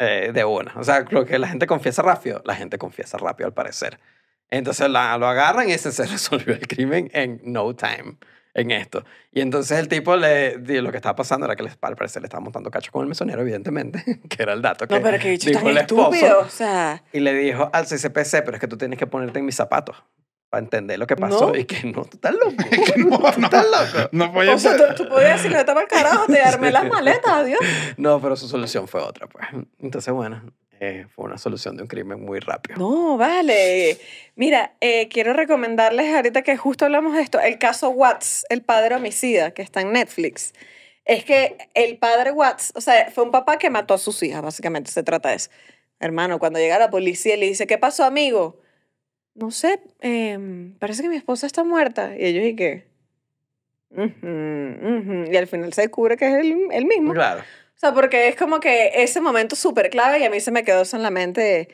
D: Eh, de una. O sea, lo que la gente confiesa rápido, la gente confiesa rápido al parecer. Entonces la- lo agarran y ese se resolvió el crimen en no time, en esto. Y entonces el tipo le, di- lo que estaba pasando era que les, al parecer le estaba montando cacho con el mesonero, evidentemente, que era el dato que
E: No, pero qué bicho
D: dijo
E: tan
D: el esposo.
E: estúpido. O sea,
D: Y le dijo al CCPC, pero es que tú tienes que ponerte en mis zapatos para entender lo que pasó.
E: No.
D: Y que no, tú estás loco.
B: Que no, no,
D: estás loco.
B: no podía
E: o sea
B: ser.
E: tú, tú podías decirle, toma el carajo, te armé las maletas, adiós.
D: No, pero su solución fue otra, pues. Entonces, bueno, eh, fue una solución de un crimen muy rápido.
E: No, vale. Mira, eh, quiero recomendarles ahorita que justo hablamos de esto, el caso Watts, el padre homicida, que está en Netflix. Es que el padre Watts, o sea, fue un papá que mató a sus hijas, básicamente se trata de eso. Hermano, cuando llega la policía y le dice, ¿qué pasó, amigo? No sé, em, parece que mi esposa está muerta. Y ellos, ¿y qué? Ujú, ujú. Y al final se descubre que es el, el mismo.
D: Claro.
E: O sea, porque es como que ese momento súper clave y a mí se me quedó eso en la mente. de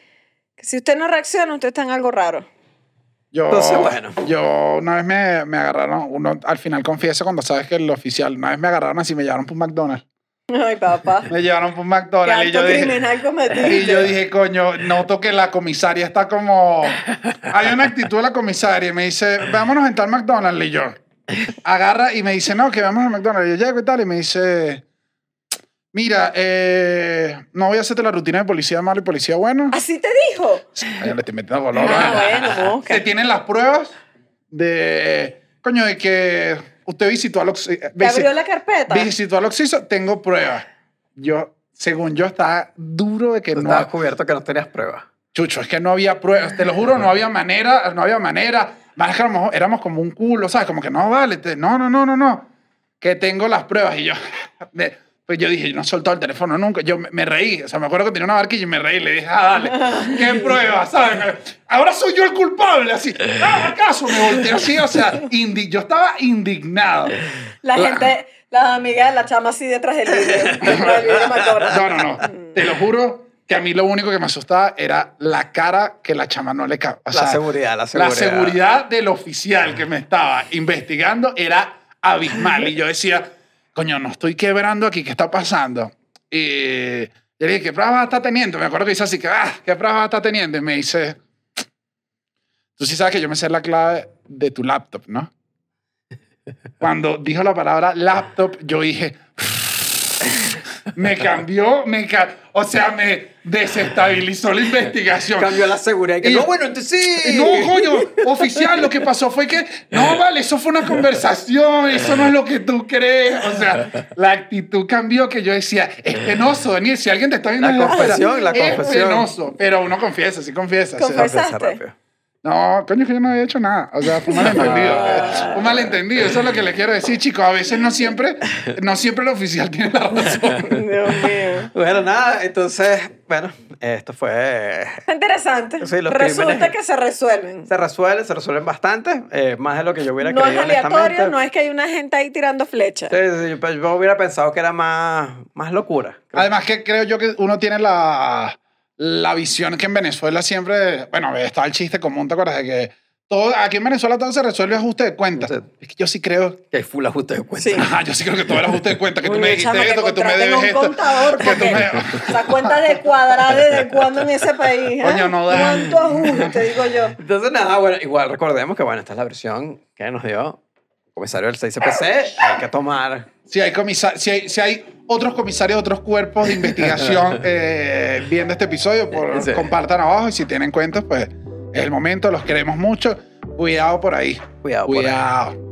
E: que si usted no reacciona, usted está en algo raro.
B: Yo,
D: Entonces, bueno.
B: yo una vez me, me agarraron, uno al final confiesa cuando sabes que el oficial, una vez me agarraron así, me llevaron por un McDonald's.
E: Ay, papá.
B: Me llevaron por McDonald's y
E: ¿Qué
B: yo
E: alto
B: dije...
E: criminal cometiste?
B: Y yo dije, coño, noto que la comisaria está como... Hay una actitud de la comisaria y me dice, vámonos a entrar al McDonald's. Y yo, agarra y me dice, no, que vamos a McDonald's. Y yo llego y tal, y me dice, mira, eh, no voy a hacerte la rutina de policía malo y policía bueno.
E: ¿Así te dijo?
B: Ay, ya le estoy metiendo color.
E: Ah,
B: ¿vale?
E: bueno, mosca.
B: Se tienen las pruebas de, coño, de que usted visitó al oxi-
E: ¿Te abrió
B: visi-
E: la carpeta?
B: visitó al oxiso, tengo pruebas. Yo, según yo, estaba duro de que
D: Tú
B: no...
D: estabas cubierto que no tenías pruebas.
B: Chucho, es que no había pruebas, te lo juro, no había manera, no había manera. Más que a lo mejor éramos como un culo, ¿sabes? Como que no vale, te- no, no, no, no, no. Que tengo las pruebas y yo, me- pues yo dije, yo no he soltado el teléfono nunca, yo me, me reí, o sea, me acuerdo que tenía una barquilla y me reí, le dije, ah, dale, ¿qué pruebas? ¿Sabes? Ahora soy yo el culpable, así, ah, ¿acaso? Me volteé así, o sea, indi- yo estaba indignado.
E: La gente, las amigas de la chama así detrás del vidrio. detrás del vidrio macabro.
B: No, no, no,
E: Mm.
B: te lo juro que a mí lo único que me asustaba era la cara que la chama no le cabía.
D: La seguridad, la
B: La
D: seguridad.
B: seguridad del oficial que me estaba investigando era abismal. Y yo decía, coño, no estoy quebrando aquí, ¿qué está pasando? Y yo le dije, ¿qué pruebas está teniendo? Me acuerdo que dice así, que, ah, ¿qué pruebas está teniendo? Y me dice, tú sí sabes que yo me sé la clave de tu laptop, ¿no? Cuando dijo la palabra laptop, yo dije, me cambió, me ca- o sea, me desestabilizó la investigación.
D: Cambió la seguridad. y que,
B: Y-
D: no, bueno, entonces sí.
B: No, coño, oficial, lo que pasó fue que, no, vale, eso fue una conversación, eso no es lo que tú crees. O sea, la actitud cambió que yo decía, es penoso, Daniel, si alguien te está viendo
D: La
B: desde afuera,
D: confesión, la
B: Es
D: confesión.
B: penoso, pero uno confiesa, sí confiesa. o sea,
E: Confes-
D: Empieza
E: Pensaste.
D: rápido.
B: no, coño, que yo no había hecho nada. O sea, fue un malentendido. Fue un malentendido, eso es lo que le quiero decir, chicos. A veces no siempre, no siempre el oficial tiene la razón.
E: Dios mío.
D: Bueno, nada, entonces, bueno, esto fue...
E: Interesante.
D: Sí, los
E: Resulta
D: crímenes-
E: que se resuelven.
D: Se resuelven, se resuelven bastante, eh, más de lo que yo hubiera
E: No es
D: creído
E: aleatorio,
D: honestamente.
E: no es que hay una gente ahí tirando flechas.
D: Sí, sí, yo, pe- yo hubiera pensado que era más, más locura.
B: Además que creo yo que uno tiene la, la visión que en Venezuela siempre, bueno, está el chiste común, ¿te acuerdas? De que todo, aquí en Venezuela todo se resuelve ajuste de cuentas.
D: Sí.
B: Es que yo sí creo,
D: Que hay full ajuste de cuentas.
E: Sí.
B: Ajá, yo sí creo que todo era ajuste de cuentas, que tú
E: Uy,
B: me dijiste
E: chama,
B: esto, que tú me
E: contraten
B: debes
E: un
B: esto.
E: contador,
B: que tú
E: porque
B: me-
E: La cuenta de cuadrada desde cuándo en ese país. ¿eh?
B: Coño, no da.
E: ¿Cuánto ajuste, digo yo?
D: Entonces, nada, bueno, igual recordemos que, bueno, esta es la versión que nos dio el comisario del 6CPC. Hay que tomar.
B: Si hay, comisa- si, hay, si hay otros comisarios, otros cuerpos de investigación eh, viendo este episodio, por-
D: Sí.
B: compartan abajo y si tienen cuentas, pues es el momento, los queremos mucho. Cuidado por ahí.
D: Cuidado por ahí.
B: Cuidado.